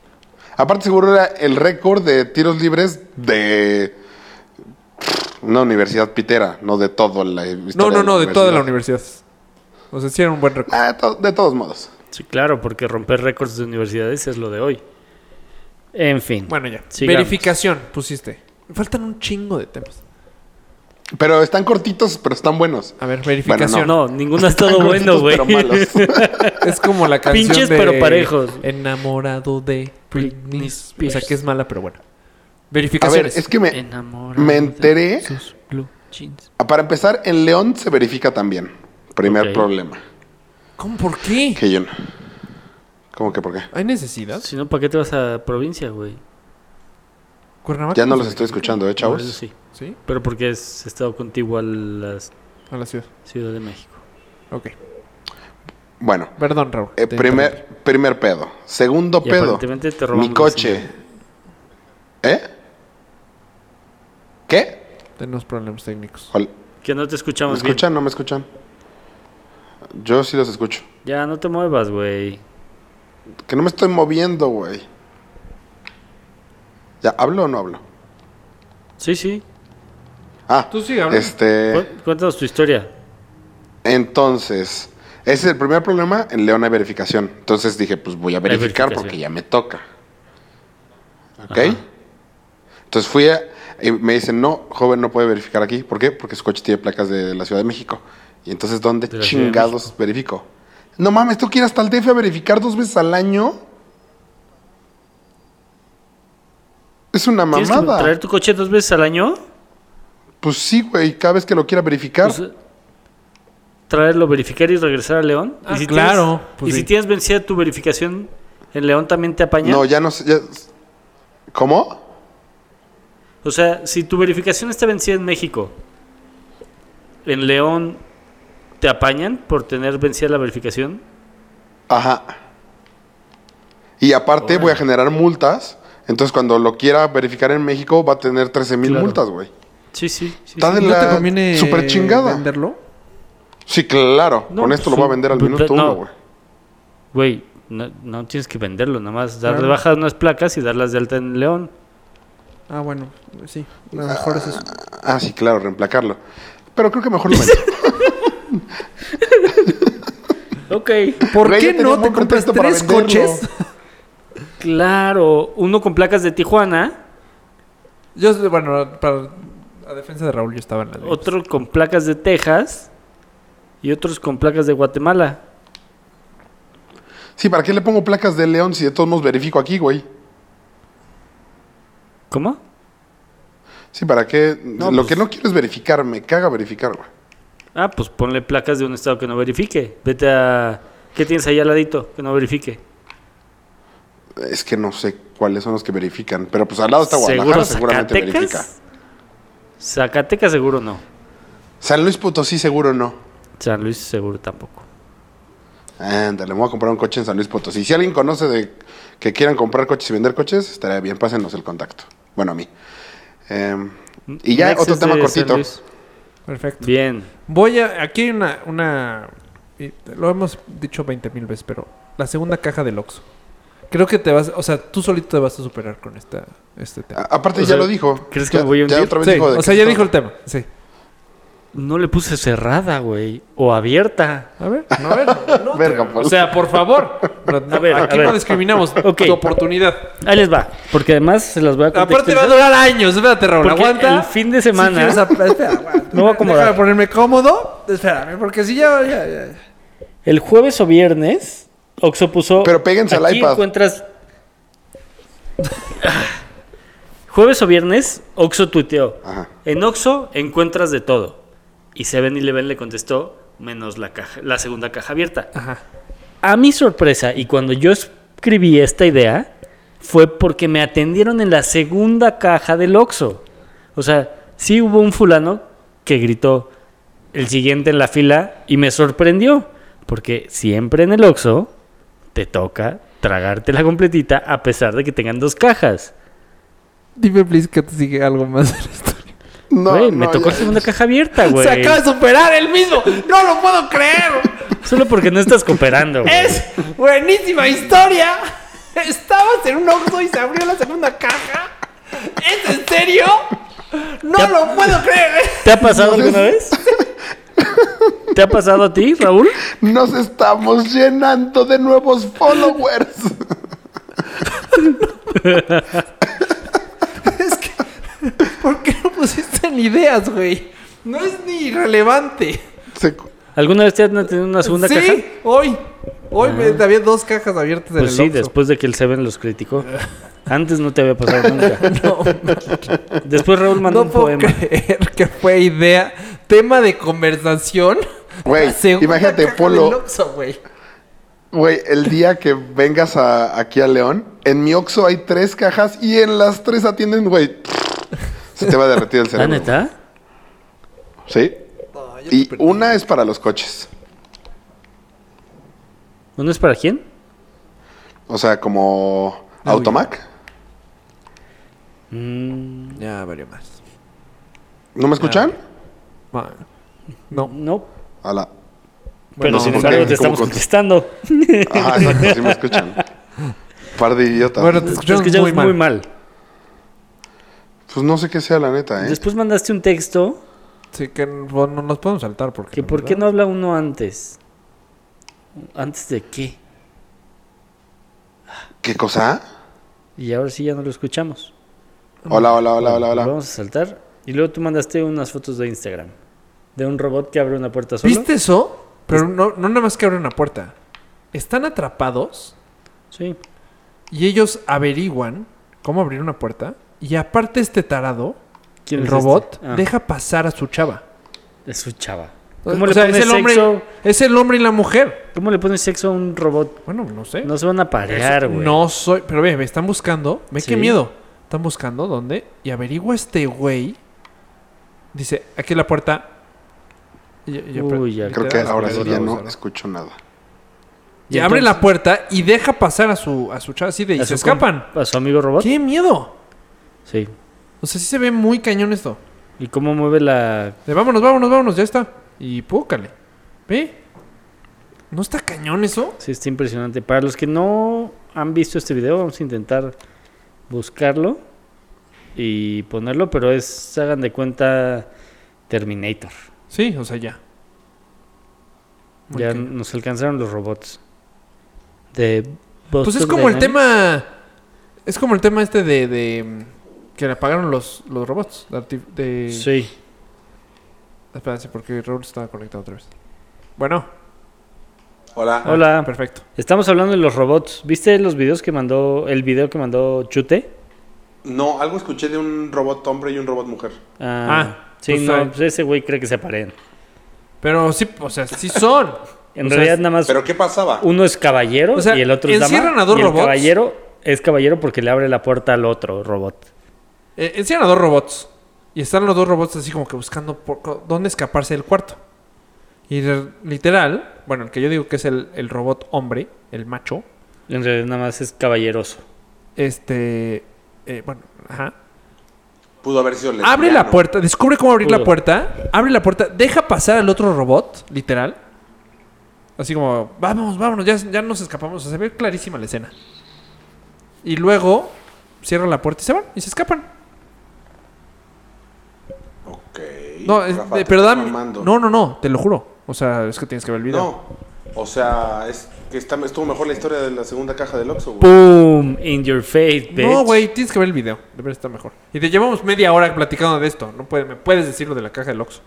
B: Aparte, seguro era el récord de tiros libres de una universidad pitera, no de todo la historia
C: No, no, no, de toda la
B: universidad.
C: universidad. O sea, sí era un buen récord.
B: Ah, to- de todos modos.
A: Sí, claro, porque romper récords de universidades es lo de hoy. En fin.
C: Bueno, ya.
A: sigamos.
C: Verificación, pusiste. Faltan un chingo de temas.
B: Pero están cortitos, pero están buenos.
C: A ver, verificación.
A: No, ninguno ha [laughs] estado
B: Están
A: bueno,
B: cortitos,
A: güey.
B: pero
A: [laughs]
B: malos.
C: Es como la canción
A: Pinches,
C: de
A: pero parejos.
C: Enamorado de Britney
A: Britney
C: Spears. O sea,
A: Spears.
C: que es mala, pero bueno.
B: A ver,
C: Verificaciones.
B: es que me,
A: Enamorado
B: me
A: de
B: enteré.
A: sus blue jeans.
B: Para empezar, en León se verifica también. Primer
A: Ok.
B: problema.
C: ¿Cómo? ¿Por qué?
B: Que yo no. ¿Cómo que por qué?
C: ¿Hay necesidad?
A: Si no, ¿para qué te vas a provincia, güey?
C: Cuernavaca.
B: Ya no
C: se
B: los estoy
C: verifica.
B: escuchando, ¿eh,
A: No, eso
B: chavos?
A: sí.
C: Sí,
A: Pero porque has estado contigo a la
C: a la ciudad.
A: Ciudad de México.
C: Ok.
B: Bueno,
C: Perdón, Raúl.
B: eh,
C: te
B: primer, primer pedo. Segundo
A: Y
B: pedo.
A: aparentemente te robamos
B: Mi
A: la
B: coche. ¿Eh? ¿Qué?
C: interrumpí. Tenemos problemas técnicos.
B: Hol-
A: Que no te
B: ¿Me
A: escuchamos bien.
B: escuchan? ¿No me escuchan? Yo sí los escucho.
A: Ya, no te muevas, güey.
B: Que no me estoy moviendo, güey. ¿Ya hablo o no hablo?
A: Sí, sí.
B: Ah,
C: Tú sigue hablando.
B: Este.
A: Cu- Cuéntanos tu historia.
B: Entonces, ese es el primer problema en León hay verificación. Entonces dije, pues voy a verificar
A: verificación.
B: porque ya me toca. ¿Ok?
A: Ajá.
B: Entonces fui a, y me dicen, no, joven no puede verificar aquí. ¿Por qué? Porque su coche tiene placas de la Ciudad de México. Y entonces, ¿dónde
A: De la Ciudad de
B: chingados verifico? No mames, ¿tú quieres hasta el DF a verificar dos veces al año? Es una
A: ¿Tienes que
B: mamada.
A: traer tu coche dos veces al año?
B: Pues sí, güey, cada vez que lo quiera verificar.
A: Pues, traerlo, verificar y regresar a León.
C: Ah,
A: ¿Y si
C: claro,
A: tienes-
C: pues
A: y
C: sí.
A: si tienes vencida tu verificación, en León también te apaña.
B: no, ya no sé. ya- ¿Cómo?
A: O sea, si tu verificación está vencida en México, en León te apañan por tener vencida la verificación.
B: Ajá. Y aparte voy a generar multas. Entonces, cuando lo quiera verificar en México, va a tener 13 mil
A: Claro.
B: multas, güey.
A: Sí, sí. sí,
B: Está
A: sí.
B: de
C: ¿No te
B: la
C: conviene
B: super chingada.
C: venderlo?
B: Sí, claro.
A: No,
B: Con esto
A: pues,
B: lo va a vender al
A: pues,
B: minuto
A: no.
B: uno, güey.
A: Güey, no, no tienes que venderlo, nada más dar de
C: Claro.
A: baja unas placas y darlas de alta en León.
C: Ah, bueno, sí. Lo mejor es eso.
B: Ah, sí, claro, reemplacarlo. Pero creo que mejor lo
A: [laughs]
B: vendo.
A: Ok.
C: ¿Por
B: Güey,
C: qué
B: yo tenía
C: no
B: un
C: te
B: buen
C: compras
B: pretexto para
C: tres
B: venderlo.
C: coches? [laughs]
A: Claro, uno con placas de Tijuana,
C: Yo, bueno, para, a defensa de Raúl, yo estaba en la ley.
A: otro con placas de Texas y otros con placas de Guatemala.
B: Sí, ¿para qué le pongo placas de León si de todos modos verifico aquí, güey?
A: ¿Cómo?
B: Sí, ¿para qué? lo
A: pues-
B: que no quiero es verificar. Me caga verificar, güey.
A: Ah, pues ponle placas de un estado que no verifique. Vete a... ¿Qué tienes ahí al ladito que no verifique?
B: Es que no sé cuáles son los que verifican. Pero pues al lado está Guadalajara,
A: ¿Seguro
B: seguramente verifica.
A: Zacatecas? Zacatecas seguro no.
B: San Luis Potosí seguro no.
A: San Luis seguro tampoco.
B: Ándale, me voy a comprar un coche en San Luis Potosí. Si alguien conoce de que quieran comprar coches y vender coches, estaría bien, pásenos el contacto. Bueno, a mí. Eh, y ya
A: Next
B: otro
A: es de
B: tema
A: San
B: cortito.
A: Luis.
C: Perfecto.
A: Bien.
C: Voy a... Aquí hay una... una y lo hemos dicho 20 mil veces, pero... La segunda caja del Oxxo. Creo que te vas... O sea, tú solito te vas a superar con esta, este tema.
B: A- aparte,
A: O
B: ya
A: sea,
B: lo dijo.
A: ¿crees que
B: Ya-
A: me voy a
B: ya
A: hundir?
B: otra vez
C: Sí,
B: Ah, dijo de
C: o
B: que
C: sea, ya
B: esto-
C: dijo el tema. Sí.
A: No le puse cerrada, güey. O abierta.
C: A ver, a ver. no te-
B: Verga, pues. Paul.
C: o sea, por favor.
A: [laughs]
C: No-
A: A ver,
C: aquí
A: a ver.
C: no discriminamos
A: Ok.
C: tu oportunidad.
A: Ahí les va. Porque además se las voy a
C: Aparte va a
A: contextualizar.
C: durar años. Espérate, Raúl.
A: Porque
C: aguanta.
A: el fin de semana-
C: Si quieres, ap- espera, aguanta.
A: [laughs] Me voy a acomodar.
C: Déjame ponerme cómodo. Espérame, porque si ya. ya, ya.
A: El jueves o viernes, Oxo puso.
B: Pero péguense al
A: aquí
B: iPad".
A: encuentras. jueves o viernes, Oxo tuiteó.
B: Ajá.
A: En Oxo encuentras de todo. Y Seven Eleven le contestó, menos la, caja, la segunda caja abierta.
C: Ajá.
A: A mi sorpresa, y cuando yo escribí esta idea, fue porque me atendieron en la segunda caja del Oxxo. O sea, sí hubo un fulano que gritó el siguiente en la fila y me sorprendió. Porque siempre en el Oxxo te toca tragarte la completita a pesar de que tengan dos cajas.
C: Dime, please, que te sigue algo más [laughs] de la historia.
B: No,
A: Güey, me
B: no,
A: tocó
B: ya.
A: la segunda caja
B: [laughs]
A: abierta, güey.
C: Se acaba de superar él mismo. No lo puedo creer.
A: Solo porque no estás cooperando, güey.
C: es buenísima historia. Estabas en un Oxxo y se abrió la segunda caja. ¿Es en serio? No lo puedo creer.
A: ¿Te ha pasado alguna
B: [laughs]
A: vez? ¿Te ha pasado a ti, Raúl?
B: Nos estamos llenando de nuevos followers. [laughs]
C: Es que, ¿por qué no pusiste en ideas, güey? No es ni relevante.
B: Se cu-
A: ¿Alguna vez te han tenido una segunda
C: sí,
A: caja? Ah.
C: hoy. Hoy me- había dos cajas abiertas en
A: Pues
C: el
A: sí,
C: Oxxo.
A: después de que el Seven los
C: [laughs]
A: criticó. Antes no te había pasado nunca. Después Raúl mandó
C: no
A: un
C: puedo
A: poema.
C: creer que fue idea, tema de conversación.
B: Güey,
C: La segunda
B: imagínate,
C: caja
B: Polo.
C: del Oxxo, güey.
B: Güey, el día que vengas a- aquí a León, en mi Oxxo hay tres cajas y en las tres atienden, güey. Se te va a derretir el
A: ¿La
B: cerebro.
A: neta?
B: Sí. Y una es para los coches.
A: ¿Uno es para quién?
B: O sea, como
A: Ah,
B: Automac.
A: Mm,
C: Ya, varios más.
B: ¿No
A: Ah,
B: me escuchan?
C: No.
A: no,
B: Ala.
A: pero
C: no,
A: sin
B: porque-
A: embargo te
B: ¿cómo
A: estamos
B: con-
A: contestando.
B: Ajá, exacto, sí me escuchan. Par de idiotas.
C: Bueno, te
A: Te
C: escuchamos,
A: escuchamos
C: muy mal.
A: muy mal.
B: Pues no sé qué sea la neta, ¿eh?
A: Después mandaste un texto
C: Sí, que no, no nos podemos saltar porque.
A: que ¿por qué no habla uno antes? ¿Antes de qué?
B: ¿Qué cosa?
A: Y ahora sí ya no lo escuchamos.
B: Hola, hola, hola, hola,
A: Lo
B: hola.
A: Vamos a saltar. Y luego tú mandaste unas fotos de Instagram. De un robot que abre una puerta solo.
C: ¿Viste eso? Pero no, no nada más que abren una puerta. Están atrapados
A: Sí.
C: y ellos averiguan cómo abrir una puerta. Y aparte, este tarado,
A: ¿Quién
C: el
A: es
C: robot,
A: este? Ah,
C: deja pasar a su chava.
A: Es su chava.
C: Pues, O-
A: ¿Cómo
C: o
A: le
C: sea,
A: pones
C: es el, hombre,
A: sexo?
C: es el hombre y la mujer.
A: ¿Cómo le pones sexo a un robot?
C: Bueno, no sé.
A: No se van a parear, güey.
C: ¿Eh? No soy. Pero ve, me están buscando. Ve
A: Sí.
C: qué miedo. Están buscando dónde. Y averigua este güey. Dice, aquí es la puerta. Y- y-
A: Uy, ya
B: Creo
C: literal,
B: que
C: hasta
B: ahora
C: la
B: sí
C: luz,
B: ya
C: la
B: no
C: luz.
B: escucho nada.
C: Y abre la
A: entonces-
C: puerta y deja pasar a su, a su chava así de y
A: ¿A
C: se
A: su
C: escapan.
A: com- ¿A su amigo robot?
C: ¡Qué miedo!
A: Sí.
C: O sea, sí se ve muy cañón esto.
A: ¿Y cómo mueve la...?
C: De vámonos, vámonos, vámonos, ya está. Y púcale. ¿Ve? ¿No está cañón eso?
A: Sí, está impresionante. Para los que no han visto este video, vamos a intentar buscarlo y ponerlo, pero es, hagan de cuenta, Terminator.
C: Sí, o sea, ya.
A: Ya
C: Ok.
A: nos alcanzaron los robots. De
C: Pues es
A: Boston
C: como
A: Dynamics.
C: el tema. Es como el tema este de. de, mm, que le apagaron los, los robots. De, arti- de-
A: Sí.
C: Espérense, porque Raúl estaba conectado otra vez. Bueno, ah,
B: Hola.
A: Hola.
C: perfecto.
A: Estamos hablando de los robots. ¿Viste los videos que mandó, el video que mandó Chute?
B: No, algo escuché de un robot hombre y un robot mujer.
A: Ah,
C: Ah,
A: sí,
C: pues,
A: no,
C: ah.
A: pues ese güey cree que se parean.
C: Pero sí, o sea, sí son.
A: [laughs] En
C: O sea,
A: realidad nada más
B: qué pasaba?
A: uno es caballero
C: O sea,
A: y el otro es
C: encierran
A: dama.
C: a dos
A: y el
C: robots.
A: caballero es caballero porque le abre la puerta al otro robot.
C: Eh, encierran a dos robots. Y están los dos robots así como que buscando por co- dónde escaparse del cuarto. Y re- literal, bueno, el que yo digo que es el, el robot hombre, el macho,
A: En realidad nada más es caballeroso.
C: este. eh, bueno, ajá.
B: Pudo haber sido
C: Abre la puerta, descubre cómo abrir la
A: Pudo.
C: puerta, abre la puerta, deja pasar al otro robot, literal. Así como, vamos, vámonos, ya, ya nos escapamos. O sea, se ve clarísima la escena. Y luego cierran la puerta y se van, y se escapan.
B: Ok.
C: No, es-
B: Rafa,
C: eh,
B: te
C: pero
B: estás
C: dame-
B: mamando.
C: No, no, no, te lo juro. O sea, es que tienes que ver el video.
B: No. O sea, es que está- estuvo mejor la historia de la segunda caja del Oxxo, güey.
A: ¡Boom! In your face, bitch.
C: No, güey, tienes que ver el video. De ver está mejor. Y te llevamos media hora platicando de esto. No puede- me puedes decir lo de la caja del Oxxo.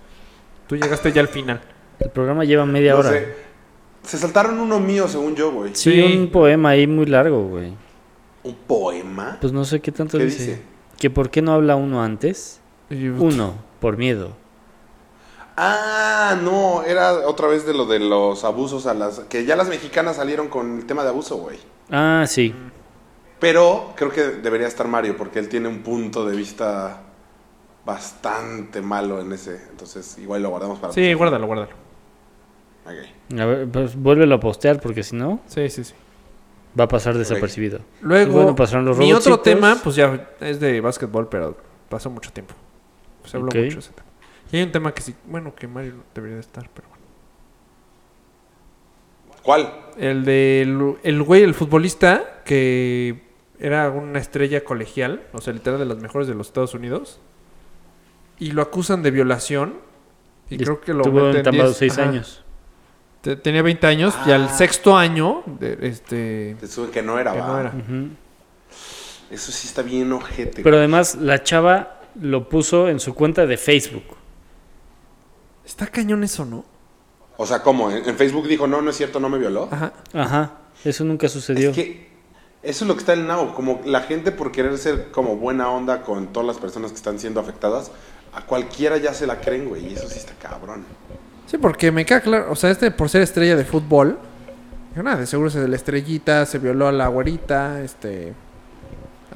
C: Tú llegaste ya al final.
A: El programa lleva media
B: No
A: hora.
B: sé. Se saltaron uno mío, según yo, güey.
A: Sí,
C: Sí.
A: un poema ahí muy largo, güey.
B: ¿Un poema?
A: Pues no sé qué tanto
B: ¿Qué
A: dice.
B: dice?
A: Que por qué no habla uno antes.
C: Y- pues,
A: Uno, por miedo.
B: Ah, no, era otra vez de lo de los abusos a las... Que ya las mexicanas salieron con el tema de abuso, güey.
A: Ah, sí.
B: Pero creo que debería estar Mario, porque él tiene un punto de vista bastante malo en ese. Entonces, igual lo guardamos para...
C: Sí, guárdalo, guárdalo.
B: Ok.
A: A ver, pues vuélvelo a postear porque si no,
C: Sí, sí, sí.
A: va a pasar desapercibido.
C: Luego,
A: Y bueno, pasaron los
C: mi otro
A: robotcitos.
C: tema, pues ya es de básquetbol, pero pasó mucho tiempo. Se habló
A: Ok.
C: mucho de ese tema. Y hay un tema que sí, bueno, que Mario debería de estar, pero bueno.
B: ¿Cuál?
C: El del el güey, el futbolista, que era una estrella colegial, o sea, literal de las mejores de los Estados Unidos, y lo acusan de violación, y, creo que lo
A: Tuvo
C: meten
A: entambado
C: 10
A: seis
C: ajá.
A: años.
C: Te- tenía 20 años, y al sexto año, de- este...
B: Te sube que no era,
C: que
B: va.
C: no era.
A: Ujú.
B: Eso sí está bien ojete.
A: Pero además, la chava lo puso en su cuenta de Facebook.
C: Está cañón eso, ¿no?
B: güey. O sea, ¿cómo? ¿En en Facebook dijo, no, no es cierto, no me violó?
C: Ajá.
A: Ajá. Eso nunca sucedió.
B: Es que eso es lo que está en Now. Como la gente por querer ser como buena onda con todas las personas que están siendo afectadas, a cualquiera ya se la creen, güey. Y eso sí está cabrón.
C: Sí, porque me queda claro, o sea, este por ser estrella de fútbol, dijo, nada, de seguro se de la estrellita, se violó a la güerita, este...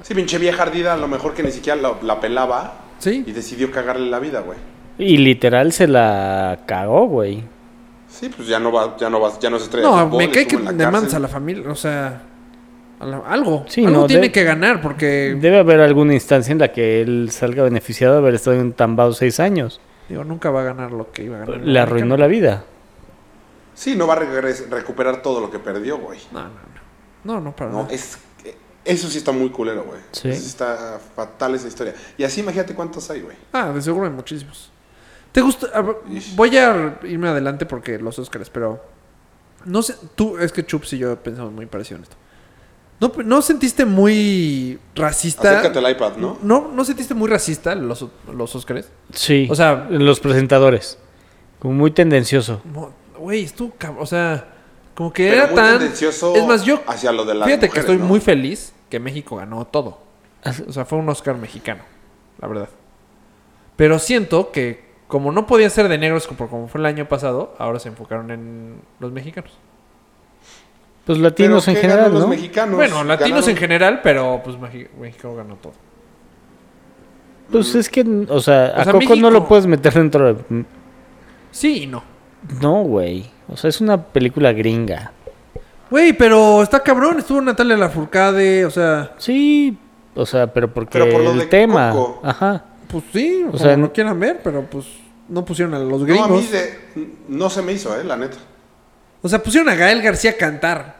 B: Sí, pinche vieja ardida, a lo mejor que ni siquiera la, la pelaba y
C: Sí,
B: decidió cagarle la vida, güey.
A: Y literal se la cagó, güey.
B: Sí, pues ya no va, ya no vas, ya no es estrella. de
C: no,
B: fútbol,
C: me cae que
B: estuvo en la
C: demandas
B: cárcel.
C: a la familia, o sea, a la- algo,
A: Sí,
C: algo
A: no,
C: tiene
A: de-
C: que ganar, porque,
A: Debe haber alguna instancia en la que él salga beneficiado de haber estado entambado seis años.
C: digo, nunca va a ganar lo que iba a ganar.
A: Le arruinó la vida.
B: Sí, no va a regres- recuperar todo lo que perdió, güey.
C: No, no, no, no, no, para
B: No,
C: nada.
B: es eh, eso sí está muy culero, güey.
A: Sí.
B: Eso sí está fatal esa historia. Y así imagínate cuántos hay, güey.
C: Ah, de seguro hay muchísimos. ¿Te gusta? a ver, Voy a irme adelante porque los Oscars, pero. No sé, tú, es que Chups y yo pensamos muy parecido en esto. ¿No, no sentiste muy racista?
B: Acércate al iPad, ¿no?
C: ¿No, no sentiste muy racista los, los Oscars?
A: Sí.
C: O sea-
A: los presentadores. Como muy tendencioso.
C: No, Güey, estuvo cab- O sea, como que
B: Pero
C: era
B: muy
C: tan.
B: tendencioso
C: Es más, yo.
B: hacia lo de las
C: Fíjate que
B: mujeres,
C: estoy
B: ¿no?
C: muy feliz que México ganó todo. O sea, fue un Oscar mexicano, la verdad. Pero siento que, como no podía ser de negros por como fue el año pasado, ahora se enfocaron en los mexicanos.
A: Pues latinos
B: Pero,
A: en
B: ¿qué
A: general,
B: ganan los
A: ¿no?
B: mexicanos?
C: bueno, latinos
B: Ganaron-
C: en general, pero pues Meji- México ganó todo.
A: Pues es que, o sea, a
C: sea,
A: Coco no lo
C: México-
A: puedes meter dentro de...
C: Sí y no.
A: No, güey. O sea, es una película gringa.
C: Güey, pero está cabrón. Estuvo Natalia Lafourcade, o sea,
A: Sí, o sea, pero porque
B: Pero por lo
A: el
B: de
A: tema...
B: Coco.
A: Ajá.
C: pues sí, o
A: sea,
C: sea, no
A: no-
C: quieran ver, pero pues no pusieron a los
B: No, a
C: gringos.
B: mí de- no se me hizo, eh, la neta.
C: O sea, pusieron a Gael García a cantar.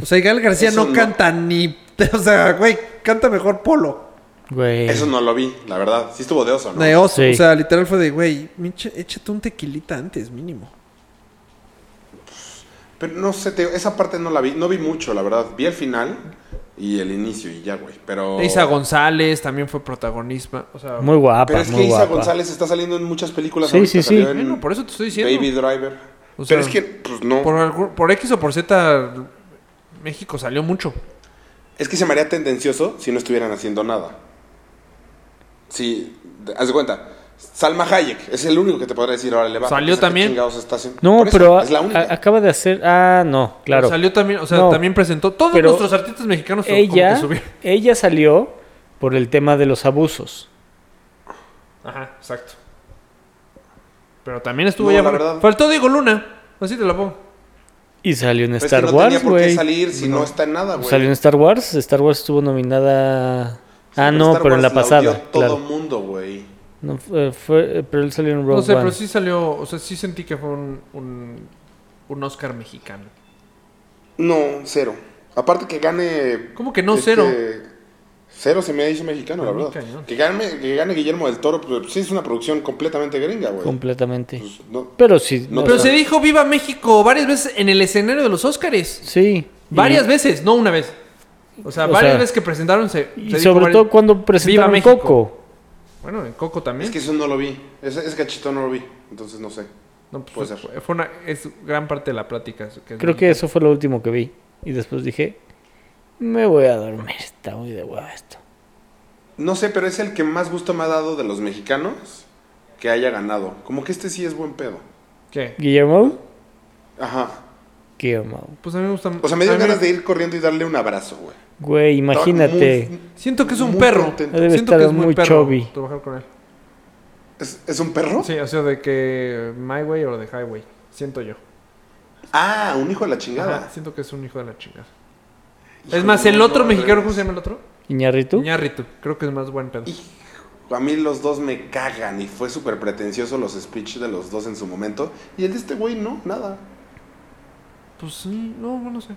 C: O sea, y Gael García
B: Eso
C: no,
B: no.
C: canta ni. [laughs] O sea, güey, canta mejor Polo.
A: Güey.
B: Eso no lo vi, la verdad. Sí estuvo de oso, ¿no?
C: De oso.
A: Sí.
C: O sea, literal fue de, güey, minche- échate un tequilita antes, mínimo.
B: Pero no sé, te- esa parte no la vi. No vi mucho, la verdad. Vi el final y el inicio y ya, güey. Pero...
C: Isa González también fue protagonista. O sea,
A: Muy guapa,
B: Pero es que
A: muy
B: Isa
A: guapa.
B: González está saliendo en muchas películas.
A: Sí,
B: ahorita
A: sí, sí.
B: salió en
C: bueno, por eso te estoy diciendo.
B: Baby Driver.
C: O sea,
B: pero es que, pues no.
C: por, algún- por X o por Z, México salió mucho.
B: Es que se me haría tendencioso si no estuvieran haciendo nada. Sí, de- haz de cuenta. Salma Hayek es el único que te podrá decir, ahora le va.
C: Salió también.
B: está haciendo?
A: No,
B: Por eso,
A: pero a-
B: es la única.
A: a- acaba de hacer... Ah, no, claro.
C: Salió también, o sea,
A: No.
C: también presentó. Todos
A: Pero
C: nuestros artistas mexicanos como que
A: ella,
C: subieron.
A: ella salió por el tema de los abusos.
C: Ajá, exacto. Pero también estuvo
B: No,
C: ya.
B: la
C: bueno.
B: verdad.
C: Faltó Diego Luna. Así te la pongo.
A: Y salió en
B: Pero es que
A: Star
B: no
A: Wars,
B: tenía por qué
A: güey.
B: salir si no, está en nada, güey.
A: Salió en Star Wars. Star Wars estuvo nominada. ah,
B: Pero
A: no,
B: Star
A: pero en la
B: Wars
A: pasada.
B: odió todo
A: claro.
B: mundo, güey.
A: No, fue- fue- pero él salió en Rogue
C: No sé,
A: One.
C: pero sí salió, o sea, sí sentí que fue un, un, un Oscar mexicano.
B: No, cero. Aparte que gane. este,
C: ¿Cómo que no, cero?
B: Cero se me dice mexicano, la
C: Muy
B: verdad.
C: cañón.
B: Que gane, que gane Guillermo del Toro, pues sí es una producción completamente gringa, güey.
A: completamente.
B: Pues, no.
A: Pero sí.
B: No,
A: o
C: Pero
A: sea,
C: se dijo viva México varias veces en el escenario de los Óscares.
A: Sí.
C: Varias
A: Y-
C: veces, no una vez. O sea,
A: O
C: varias
A: sea,
C: veces que presentaron se, se
A: Y
C: dijo
A: sobre
C: varias-
A: todo cuando presentaron
C: México.
A: Coco.
C: Bueno, en Coco
B: Es
C: también.
B: que eso no lo vi. Ese, ese cachito no lo vi. Entonces no sé.
C: No, pues,
B: puede
C: fue-
B: ser.
C: fue una, es gran parte de la plática. es
A: Creo que eso fue lo último que vi. Y después dije, me voy a dormir. Está muy de hueva esto.
B: No sé, pero es el que más gusto me ha dado de los mexicanos que haya ganado. Como que este sí es buen pedo.
C: ¿Qué?
A: Guillermo,
B: Ajá.
A: Guillermo.
C: Pues a mí me gusta.
B: O sea, me dio
C: a mí-
B: ganas de ir corriendo y darle un abrazo, güey.
A: Güey, imagínate.
B: Estaba muy-
C: Siento que es un
B: muy
C: perro.
B: contento.
A: Debe
C: Siento que
A: estar
C: es muy,
A: muy
C: perro
A: chubby.
C: trabajar con él.
B: ¿Es, es un perro?
C: Sí, o sea, de que my way o the highway. Siento yo.
B: Ah, un hijo de la chingada.
C: Ajá, siento que es un hijo de la chingada.
B: Hijo
C: Es más,
B: de
C: el
B: la
C: otro
B: madre.
C: mexicano, ¿cómo se llama el otro?
A: Iñarritu.
C: Iñárritu. Creo que es más buen pedo.
B: A mí los dos me cagan y fue súper pretencioso los speech de los dos en su momento. Y el de este güey no, nada.
C: Pues sí, no, no sé.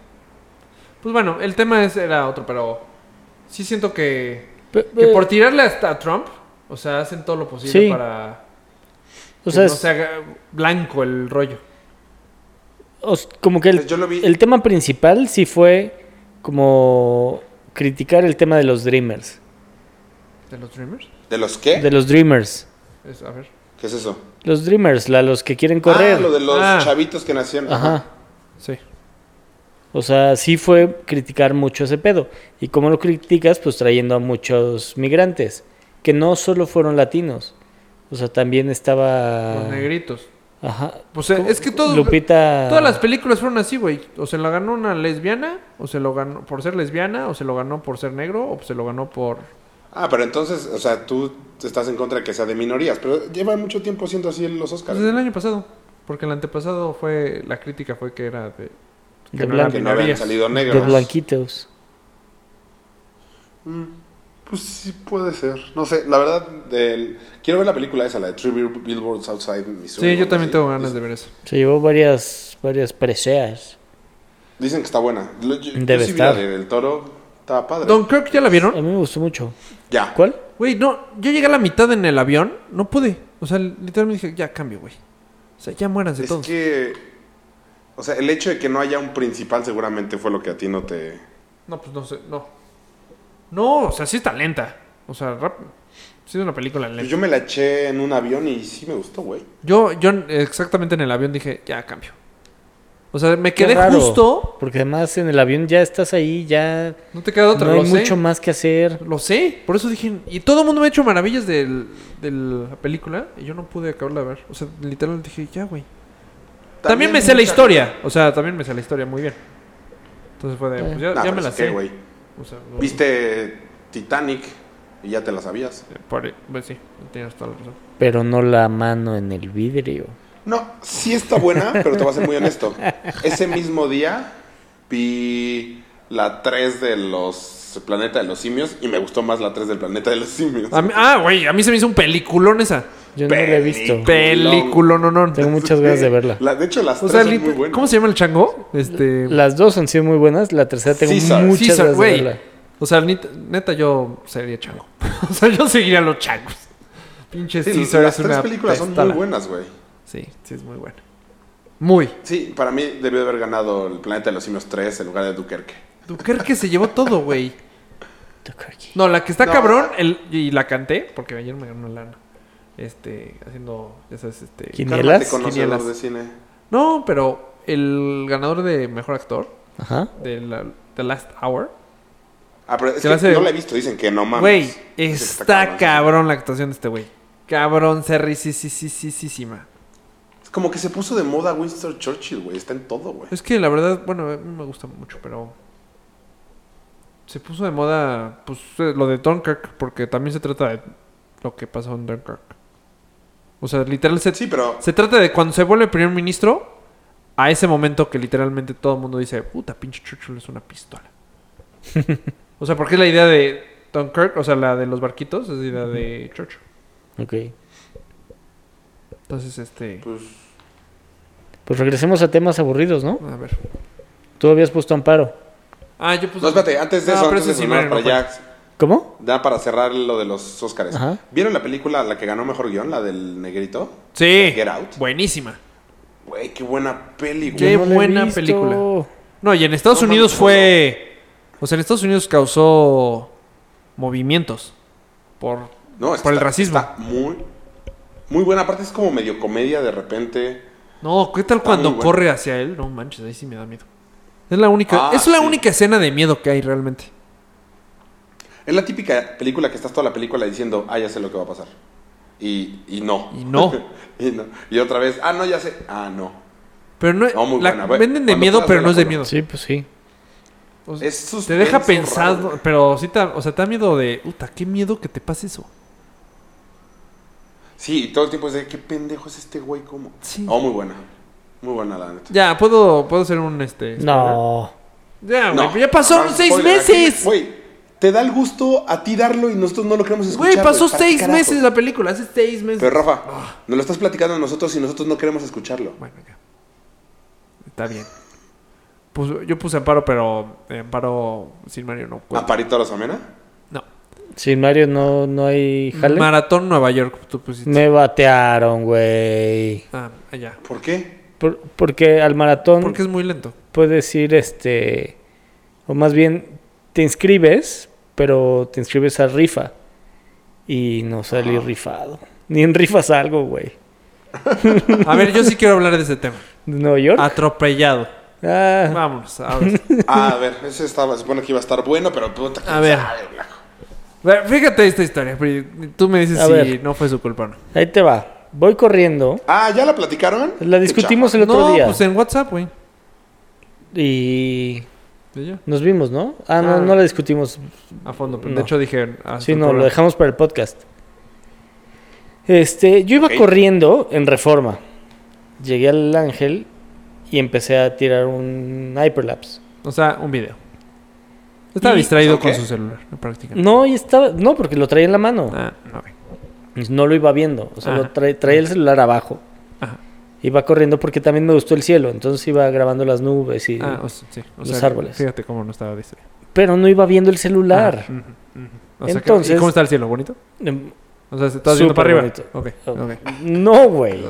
C: Pues bueno, el tema es, era otro, pero sí siento que,
A: Pe-
C: que
A: pe-
C: por tirarle hasta a Trump, o sea, hacen todo lo posible
A: Eh. Sí.
C: para
A: o
C: que
A: sea,
C: no
A: es-
C: se haga blanco el rollo.
A: o s- como que el,
B: Yo lo vi.
A: el tema principal sí fue como criticar el tema de los Dreamers.
C: ¿De los Dreamers?
B: ¿De los qué?
A: De los Dreamers.
C: Es- a ver.
B: ¿Qué es eso?
A: Los Dreamers, la, los que quieren correr.
B: Ah, lo de los
C: Ah.
B: chavitos que nacieron.
A: Ajá.
C: Sí.
A: O sea, sí fue criticar mucho ese pedo. ¿Y cómo lo criticas? Pues trayendo a muchos migrantes, que no solo fueron latinos. O sea, también estaba...
C: Los negritos.
A: Ajá.
C: Pues eh, es que todo,
A: Ah. Lupita...
C: todas las películas fueron así, güey. O se la ganó una lesbiana, o se lo ganó por ser lesbiana, o se lo ganó por ser negro, o se lo ganó por...
B: Ah, pero entonces, o sea, tú estás en contra de que sea de minorías. Pero lleva mucho tiempo siendo así en los Oscars.
C: Pues desde el año pasado. Porque el antepasado fue... La crítica fue que era de...
A: De
C: que no
A: blanco.
B: que
C: eran
B: no habían
C: minorías.
B: salido
A: De
B: negros.
A: blanquitos.
B: Mm, Pues sí puede ser. No sé, la verdad, del... quiero ver la película esa, la de Three Bill- Billboards Outside Missouri.
C: Sí, yo también tengo
B: de
C: ganas de ver eso.
A: Se llevó varias, varias preseas.
B: Dicen que está buena. Lo- yo- yo
A: Debe
B: sí vi la
A: estar.
B: de Del Toro estaba padre.
C: Dunkirk, ¿ya la
A: A
C: vieron?
A: mí me gustó mucho.
B: Ya.
A: ¿Cuál?
C: Güey, no, yo llegué a la mitad en el avión, no pude. O sea, literalmente dije, ya cambio, güey. O sea, ya muéranse
B: Es
C: todos.
B: que... O sea, el hecho de que no haya un principal seguramente fue lo que a ti no te...
C: No, pues no sé, no. No, o sea, sí está lenta. O sea, rap... sí es una película
B: Pues
C: lenta.
B: yo me la eché en un avión y sí me gustó, güey.
C: Yo, yo exactamente en el avión dije, ya cambio. O sea, me quedé
A: raro,
C: justo.
A: Porque además en el avión ya estás ahí, ya...
C: No te queda otra,
A: no hay
C: lo sé.
A: mucho más que hacer.
C: Lo sé, por eso dije. Y todo el mundo me ha hecho maravillas del- de la película. Y yo no pude acabarla de ver. O sea, literal dije, ya, güey. También, me sé la
B: mucha-
C: historia. O sea, también me sé la historia muy bien. Entonces fue de. Pues ya,
B: Nah,
C: ya
B: pero
C: me la
B: es que,
C: sé.
B: güey.
C: O sea, no-
B: Viste Titanic y ya te la sabías.
C: eh, por- pues sí, tienes toda la razón.
A: Pero no la mano en el vidrio.
B: No, sí está buena, [laughs] pero te voy a ser muy honesto. Ese mismo día vi la 3 de los Planeta de los Simios y me gustó más la 3 del Planeta de los Simios.
C: A mí- ah, güey, a mí se me hizo un peliculón esa.
A: Yo no la he visto.
B: Peliculón.
C: Peliculón, no, no.
A: Tengo muchas ganas de verla.
B: La- de hecho, las
C: O
B: 3
C: sea,
B: son
C: lit-
B: muy buenas.
C: ¿cómo se llama el chango? Este.
A: Las dos han sido muy buenas. La tercera tengo
B: Caesar.
A: muchas
C: Caesar,
A: ganas de
C: güey.
A: verla.
C: O sea, neta, neta, yo sería chango. [laughs] o sea, yo seguiría los changos. Pinche
B: Sí,
C: Caesar
B: las
C: es
B: tres
C: una
B: películas son
C: pestala.
B: muy buenas, güey.
C: Sí, sí, es muy buena. Muy.
B: Sí, para mí debió haber ganado el Planeta de los Simios 3 en lugar de Duquerque.
C: Dukerque se llevó todo, güey.
A: Tukerki.
C: No, la que está
B: No.
C: cabrón, el, y la canté, porque ayer me ganó lana. Este, haciendo, ya sabes, este.
A: ¿Quién?
B: Cálmate,
A: ¿Quinielas?
B: conocedor
C: Quinielas.
B: de cine.
C: No, pero el ganador de mejor actor
A: Ajá.
C: de la, The Last Hour.
B: Ah, pero es
C: Se
B: que
C: la hace-
B: no la he visto, dicen que no mames.
C: Güey,
B: Dicen que
C: está cabrón la actuación de este güey. Cabrón, se ri- sí, sí, sí, sí, sí, sí, ma.
B: Es Como que se puso de moda Winston Churchill, güey. Está en todo, güey.
C: Es que la verdad, bueno, a mí me gusta mucho, pero. Se puso de moda, pues, eh, lo de Dunkirk, porque también se trata de lo que pasó en Dunkirk. O sea, literal, se,
B: Pues Sí, pero
C: se trata de cuando se vuelve primer ministro, a ese momento que literalmente todo el mundo dice, puta, pinche Churchill es una
B: [laughs]
C: pistola. o sea, porque es la idea de Dunkirk, o sea, la de los barquitos, es la idea de Churchill.
A: Ok.
C: Entonces, este.
B: pues,
A: Pues regresemos a temas aburridos, ¿no?
B: Pues
C: A ver.
A: Tú habías puesto amparo.
C: Ah, yo puse.
B: No, espérate, antes de
C: Pues No,
B: eso,
C: pero
B: antes de
C: ese sí,
B: sonar
C: Mario, no pues.
B: para allá,
A: ¿Cómo?
B: Ya para cerrar lo de los Óscares.
A: Ajá.
B: ¿Vieron la película, la que ganó mejor guión, la del negrito?
C: Sí.
B: Get Out.
C: Buenísima.
B: Güey, qué buena peli, güey.
C: Qué
A: no la he
C: buena
A: visto.
C: película. No, y en Estados
B: No,
C: Unidos
B: mames,
C: fue. O sea, en Estados Unidos causó movimientos por,
B: No, es que
C: por el
B: está-
C: racismo.
B: está muy, muy buena. Aparte es como medio comedia de repente.
C: No, ¿qué tal
B: está
C: cuando
B: muy bueno.
C: corre hacia él? No manches, ahí sí me da miedo. Es la única,
B: Ah,
C: es la
B: sí.
C: única escena de miedo que hay realmente.
B: Es la típica película que estás toda la película diciendo, ah, ya sé lo que va a pasar. Y, y no.
C: Y no.
B: [laughs] y no. Y otra vez, ah, no, ya sé. Ah, no.
C: Pero no,
B: No, muy
C: la-
B: buena. Ve-
C: venden de
B: cuando
C: miedo,
B: puedas
C: pero no
B: verla,
C: es de
B: cuando-
C: miedo.
A: Sí, pues sí.
C: O sea,
B: Es
C: te deja
B: suspenso
C: pensar,
B: raro, güey.
C: pero sí te, o sea, te da miedo de, puta, qué miedo que te pase eso.
B: Sí, y todo el tiempo es de, qué pendejo es este güey, ¿cómo?
C: Sí.
B: Oh, muy buena. Muy buena, la neta.
C: Ya, puedo, puedo hacer un este.
A: No.
C: spoiler? Ya, güey,
B: No,
C: ya pasaron
B: no,
C: seis
B: spoiler, aquí,
C: meses.
B: Güey, te da el gusto a ti darlo y nosotros no lo queremos escuchar.
C: Güey, pasó
B: ¿para qué
C: seis
B: carajo?
C: meses Ah. la película, hace seis meses.
B: Pero Rafa, nos lo estás platicando a nosotros y nosotros no queremos escucharlo.
C: Bueno, ya. Está bien. Pues, yo puse amparo, pero eh, amparo sin Mario no cuenta.
B: ¿Amparito Arosamena?
C: No.
A: Sin Mario no, no hay jale.
C: Maratón Nueva York, tú pusiste.
A: Me batearon, güey.
C: Ah, allá.
B: ¿Por qué?
A: Por- porque al maratón
C: Porque es muy lento.
A: puedes ir, este, o más bien te inscribes, pero te inscribes a rifa. Y no salí rifado. Ni en rifas algo, güey.
C: A ver, yo sí quiero hablar de ese tema.
A: ¿De Nueva York?
C: Atropellado.
A: Ah,
C: Vámonos. A ver.
B: Ah, [laughs] a ver, ese estaba, se supone que iba a estar bueno, pero puta, ¿quién
C: A ver.
B: sabe, Blanco?
C: Bueno, Fíjate esta historia. pero Tú me dices
A: A
C: si
A: ver.
C: no fue su culpa o no.
A: ahí te va. Voy corriendo.
B: Ah, ¿ya la platicaron?
A: La discutimos el otro
C: no,
A: día.
C: pues en WhatsApp, güey.
A: Y
C: Y yo,
A: nos vimos, ¿no? Ah, no,
C: Ah.
A: no la discutimos.
C: A fondo. pero
A: No.
C: De hecho dije... ah, hasta
A: Sí,
C: el
A: no, lo
C: programa.
A: dejamos para el podcast. Este, yo iba
B: Ok.
A: corriendo en reforma. Llegué al ángel y empecé a tirar un hyperlapse.
C: O sea, un video. Estaba
A: Y-
C: distraído
B: ¿Son
C: con
B: qué?
C: su celular, prácticamente.
A: No, y estaba, no, porque lo traía en la mano. Pues,
C: Ah, no, güey.
A: No lo iba viendo. O sea, lo
C: Ajá.
A: tra- traía el celular abajo.
C: Ajá.
A: Iba corriendo porque también me gustó el cielo. Entonces iba grabando las nubes y.
C: Ah, o sea, sí. O
A: Los
C: sea,
A: árboles.
C: Fíjate cómo no estaba distraído.
A: Pero no iba viendo el celular.
C: Ajá, ujú, ujú. O sea, ¿qué-
A: Entonces-
C: ¿Y cómo está el cielo? ¿Bonito?
A: Em,
C: O sea, ¿se estás viendo para
A: Súper
C: arriba? Ok, ok.
A: No, güey.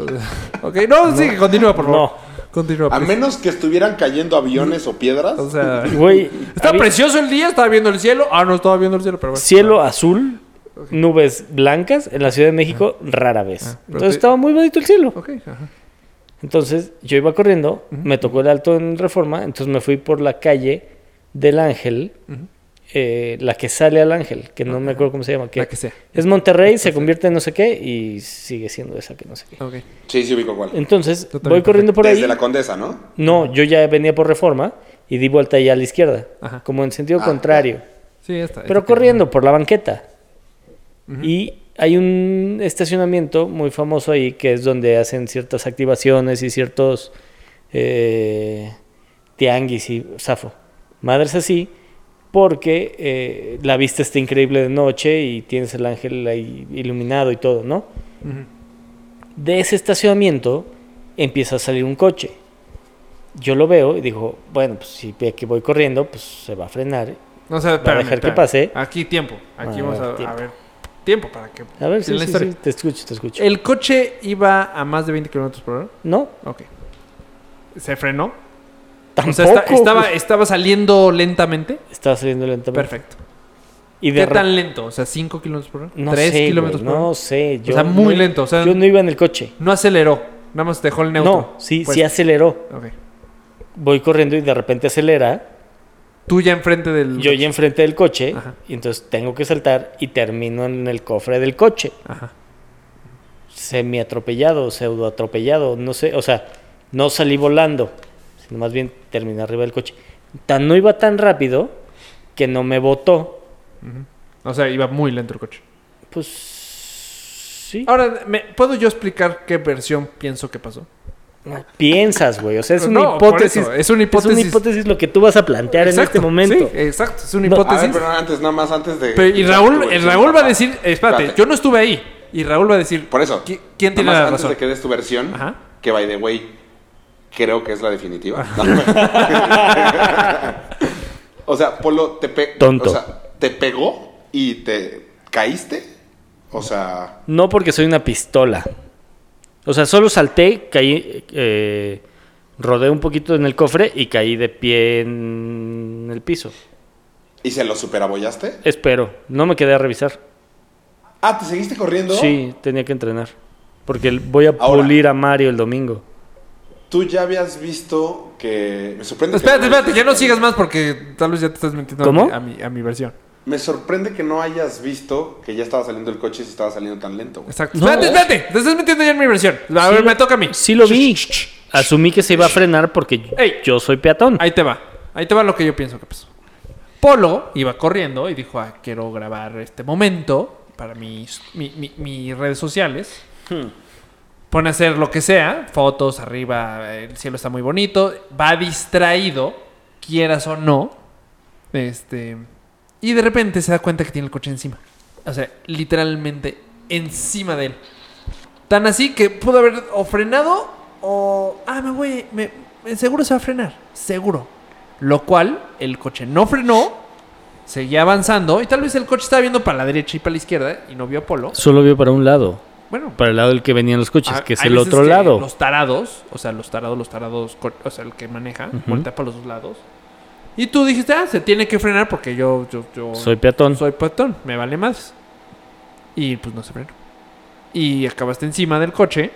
C: Ok, no, sí, continúa, por favor. Continúa.
B: A
C: please.
B: menos que estuvieran cayendo aviones o piedras.
C: pues O sea...
A: [laughs] No, güey.
C: Está
A: había-
C: precioso el día, estaba viendo el cielo. Ah, no estaba viendo el cielo, pero bueno. Ah,
A: Cielo azul, nubes blancas en la Ciudad de México rara vez.
C: Ah, pero
A: Entonces
C: te-
A: estaba muy bonito el cielo.
C: Ok, ajá.
A: Entonces yo iba corriendo, me tocó el alto en Reforma, entonces me fui por la calle del Ángel,
C: Ujú.
A: eh, la que sale al Ángel, que no me acuerdo cómo se llama. Que
C: La que sea.
A: Es Monterrey, se convierte en no sé qué y sigue siendo esa que no sé qué.
C: Ok.
B: Sí, sí, ubico cuál.
A: Entonces
C: Totalmente
A: voy corriendo por ahí.
B: Desde la condesa, ¿no?
A: No, yo ya venía por Reforma y di vuelta ya a la izquierda,
C: Ajá.
A: como en sentido
B: Ah,
A: contrario.
C: Sí, ya está.
A: Pero
C: Este
A: corriendo por la banqueta. Y hay un estacionamiento muy famoso ahí que es donde hacen ciertas activaciones y ciertos eh, tianguis y zafo. Madres así, porque eh, la vista está increíble de noche y tienes el ángel ahí iluminado y todo, ¿no?
C: tema. Ujú.
A: De ese estacionamiento empieza a salir un coche. Yo lo veo y digo, bueno, pues si ve que voy corriendo, pues se va a frenar
C: No, o sea,
A: Para
C: espérame,
A: dejar que
C: espérame.
A: pase.
C: Aquí tiempo. Aquí
A: Ah,
C: vamos
A: a
C: a,
A: ver, tiempo.
C: a ver. Tiempo para que.
A: A ver, sí,
C: la
A: sí,
C: historia.
A: sí, te escucho, te escucho.
C: El coche iba a más de 20 kilómetros por hora.
A: No,
C: Ok. Se frenó.
A: tampoco. pues.
C: O sea, esta- estaba, estaba saliendo lentamente.
A: Estaba saliendo lentamente.
C: Perfecto.
A: Y de
C: ¿Qué
A: re-
C: tan lento? O sea, 5 kilómetros por hora.
A: No
C: 3
A: sé,
C: kilómetros
A: güey,
C: por hora.
A: No sé. Yo
C: sea, muy
A: no-
C: lento, o sea-
A: yo no iba en el coche.
C: No aceleró. Nada más dejó el neutro.
A: No, sí,
C: Pues,
A: sí aceleró.
C: Ok.
A: Voy corriendo y de repente acelera.
C: Tú ya enfrente del.
A: Yo ya enfrente del coche.
C: Ajá.
A: Y entonces tengo que saltar y termino en el cofre del coche.
C: Ajá.
A: Semi atropellado, pseudo atropellado. No sé, o sea, no salí volando. Sino más bien terminé arriba del coche. Tan, no iba tan rápido que no me botó.
C: O sea, iba muy lento el coche.
A: Pues. Sí.
C: Ahora, ¿me- ¿puedo yo explicar qué versión pienso que pasó?
A: No, piensas, güey. O sea, es una
C: No, por
A: hipótesis.
C: eso, es una
A: Es
C: hipótesis.
A: una hipótesis lo que tú vas a plantear en este momento.
C: Sí, exacto. Es una
A: No,
B: A
C: hipótesis.
B: ver, pero antes, nada más antes de.
C: Pero- y Raúl, el Raúl va a decir, eh, espérate,
B: Espérate.
C: yo no estuve ahí. Y Raúl va a decir,
B: Por eso.
C: ¿qui- ¿quién
B: nada
C: tiene
B: más
C: la
B: antes
C: razón?
B: de que des tu versión,
C: Ajá.
B: que by the way, creo que es la definitiva.
C: Ah.
B: [laughs] o sea, Polo te pe-
A: Tonto.
B: o sea, te pegó y te caíste. O sea,
A: No porque soy una pistola. O sea, solo salté, caí, eh, rodé un poquito en el cofre y caí de pie en el piso.
B: ¿y se lo superabollaste?
A: Espero, no me quedé a revisar.
B: Ah, ¿te seguiste corriendo?
A: Sí, tenía que entrenar. Porque el- voy a
B: Ahora.
A: pulir a Mario el domingo.
B: Tú ya habías visto que. Me sorprende. que
C: Espérate, espérate, ya no sigas más porque tal vez ya te estás mintiendo a
A: ¿Cómo?
C: mi- A, mi, a mi versión.
B: Me sorprende que no hayas visto que ya estaba saliendo el coche y se estaba saliendo tan lento, güey.
C: Exacto.
A: No.
C: Espérate, espérate, te estás mintiendo ya en mi versión. A
A: Sí
C: ver,
A: lo-
C: me toca a mí.
A: Sí lo vi. Asumí que se iba a frenar porque
C: Ey.
A: yo soy peatón.
C: Ahí te va. Ahí te va lo que yo pienso que pasó. Polo iba corriendo y dijo, ah, quiero grabar este momento para mis, mi- mi- mis redes sociales. Pone a hacer lo que sea, fotos arriba, el cielo está muy bonito, va distraído, quieras o no. Este, y de repente se da cuenta que tiene el coche encima. O sea, literalmente encima de él. Tan así que pudo haber o frenado o... Ah, me voy... Me, me- seguro se va a frenar. Seguro. Lo cual, el coche no frenó, seguía avanzando y tal vez el coche estaba viendo para la derecha y para la izquierda y no vio a Polo.
A: Solo vio para un lado.
C: Bueno,
A: Para el lado del que venían los coches,
C: a-
A: que es
C: Ah, hay
A: el
C: veces
A: otro
C: que
A: lado.
C: Los tarados, o sea, los tarados, los tarados, co- o sea, el que maneja, voltea para los dos lados. Y tú dijiste, ah, se tiene que frenar porque yo, yo, yo
A: Soy peatón.
C: soy patón, me vale más. Y pues no se frenó. Y acabaste encima del coche.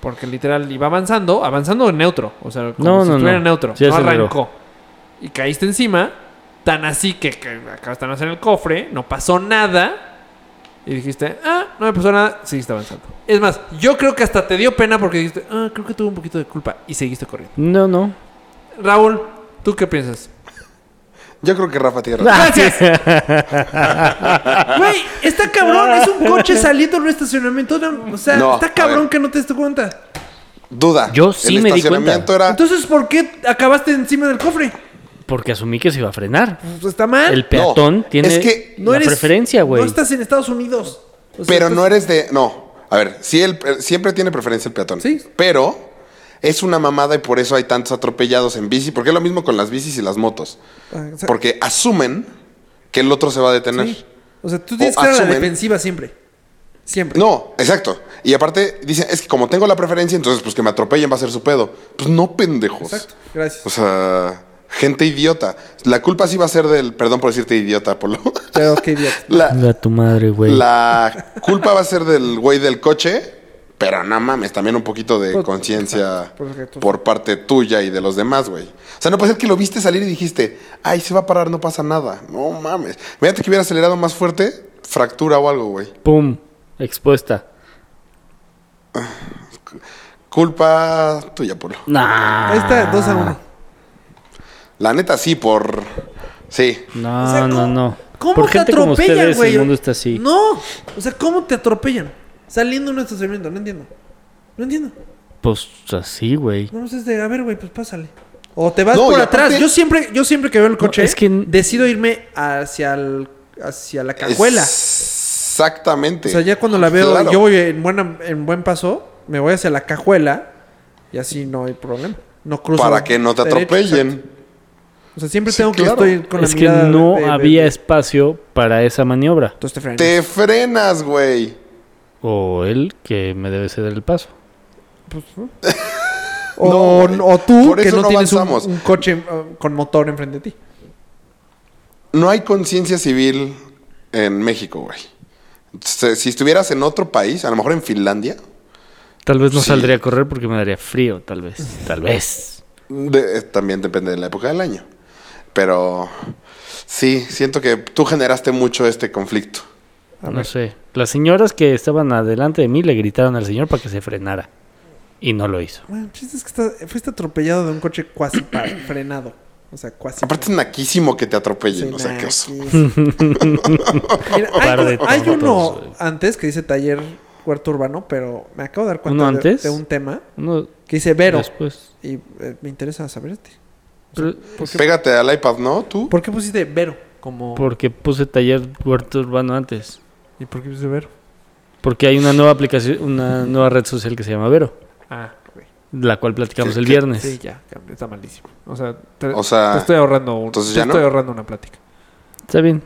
C: Porque literal iba avanzando, avanzando en neutro. O sea, como
A: No,
C: si
A: no,
C: estuviera
A: no.
C: neutro.
A: Sí,
C: no
A: aceleró.
C: arrancó. Y caíste encima. Tan así que, que acabaste de hacer el cofre. No pasó nada. Y dijiste, ah, no me pasó nada. Seguiste avanzando. Es más, yo creo que hasta te dio pena porque dijiste, ah, creo que tuve un poquito de culpa. Y seguiste corriendo.
A: No, no.
C: Raúl, ¿tú qué piensas?
B: Yo creo que Rafa tiene razón. [laughs]
C: Gracias. Güey, está cabrón, es un coche saliendo de un estacionamiento. no, O sea,
B: No, a
C: está cabrón
B: ver.
C: que no te des cuenta.
B: Duda.
A: Yo sí
B: el
A: me di
B: estacionamiento
A: cuenta.
B: Era...
C: Entonces, ¿por qué acabaste encima del cofre?
A: Porque asumí que se iba a frenar.
C: Pues está mal.
A: El peatón
B: No,
A: tiene
B: es que
A: la preferencia, güey.
C: No estás en Estados Unidos.
A: pues,
C: O sea,
B: Pero
C: estás-
B: no eres de. No. A ver, sí el, eh, siempre tiene preferencia el peatón.
C: Sí.
B: Pero es una mamada y por eso hay tantos atropellados en bici. Porque es lo mismo con las bicis y las motos.
C: Ah, o sea,
B: Porque asumen que el otro se va a detener.
C: sí. O sea, tú tienes
B: O
C: que estar a la
B: asumen-
C: defensiva siempre. Siempre.
B: No, exacto. Y aparte, dicen, es que como tengo la preferencia, entonces pues que me atropellen va a ser su pedo. Pues no, pendejos.
C: Exacto. Gracias.
B: O sea, gente idiota. La culpa sí va a ser del. Perdón por decirte idiota, Polo. [laughs]
C: Pero qué idiota.
B: La,
A: Chinga tu madre, güey.
B: la culpa va a ser del güey del coche, pero no mames, también un poquito de
C: Por-
B: conciencia
C: Pues, exacto, pues, correcto.
B: por parte tuya y de los demás, güey. O sea, no puede ser que lo viste salir y dijiste, ay, se va a parar, no pasa nada. No mames. Imagínate que hubiera acelerado más fuerte, fractura o algo, güey.
A: Pum. Expuesta.
B: Culpa tuya, Polo.
A: Nah.
C: Ahí está, 2 a
B: Ah.
C: 1.
B: La neta, sí, por. Sí.
A: No,
C: O sea,
A: Ah, no,
C: ¿cómo-
A: no.
C: ¿Cómo
A: Por
C: te
A: gente como
C: atropellan,
A: ustedes
C: güey?
A: el mundo está así.
C: No. O sea, ¿cómo te atropellan? Saliendo de un estacionamiento, no entiendo. No entiendo.
A: Pues así, güey.
C: No es de, a ver, güey, pues pásale. O te vas
B: No,
C: por
B: y
C: atrás.
B: aparte-
C: Yo siempre, yo siempre que veo el coche,
A: es que-
C: decido irme hacia el, hacia la cajuela.
B: Exactamente.
C: O sea, ya cuando la veo,
B: Este, Claro.
C: yo voy en buena, en buen paso, me voy hacia la cajuela y así no hay problema. No cruzo.
B: Para que no te
C: derecho,
B: atropellen.
C: exacto. o sea, siempre
B: Sí,
C: tengo que
B: claro.
C: estoy con la
A: Es que
C: mirada de-
A: no
C: de- de- este
A: había
C: de-
A: espacio para esa maniobra.
C: Entonces te frenas.
B: Te frenas, güey.
A: O él que me debe ceder el paso.
C: O,
B: No,
C: o tú,
B: por
C: que
B: eso
C: no,
B: no
C: tienes un,
B: avanzamos.
C: un coche eh, con motor enfrente de ti.
B: No hay conciencia civil en México, güey. Se- Si estuvieras en otro país, a lo mejor en Finlandia,
A: Tal vez no
B: Sí.
A: saldría a correr porque me daría frío, tal vez. Tal vez.
B: de- eh, también depende de la época del año. Pero sí, siento que tú generaste mucho este conflicto.
A: No sé. Las señoras que estaban adelante de mí le gritaron al señor para que se frenara. Y no lo hizo.
B: [laughs]
C: Bueno, el chiste es que está- fuiste atropellado de un coche cuasi pa- [coughs] frenado. O sea, cuasi.
B: Aparte es naquísimo que te
C: Sí,
B: atropellen, o sea,
C: nah,
B: qué oso.
C: aquí-
A: [laughs]
C: Mira, hay,
A: Par de
C: co- hay
A: tontos,
C: uno
A: güey.
C: antes que dice taller huerto urbano, pero me acabo de dar cuenta
A: ¿Uno
C: de-
A: antes?
C: De, un tema
A: Uno
C: que dice Vero.
A: después.
C: Y eh, me interesa saber este.
A: Pero-
B: Pégate al iPad, ¿no? ¿Tú?
C: ¿Por qué pusiste Vero? Como...
A: porque puse taller huerto urbano antes.
C: ¿Y por qué pusiste Vero?
A: Porque hay una nueva aplicación, una nueva red social que se llama Vero,
C: Ah, ok.
A: la cual platicamos
B: Sí,
A: el
B: que-
A: viernes.
C: Sí, ya, cambio, está malísimo. O sea, te,
B: O sea,
C: te estoy ahorrando un-
B: entonces
C: te
B: ya no.
C: estoy ahorrando una plática.
A: Está bien.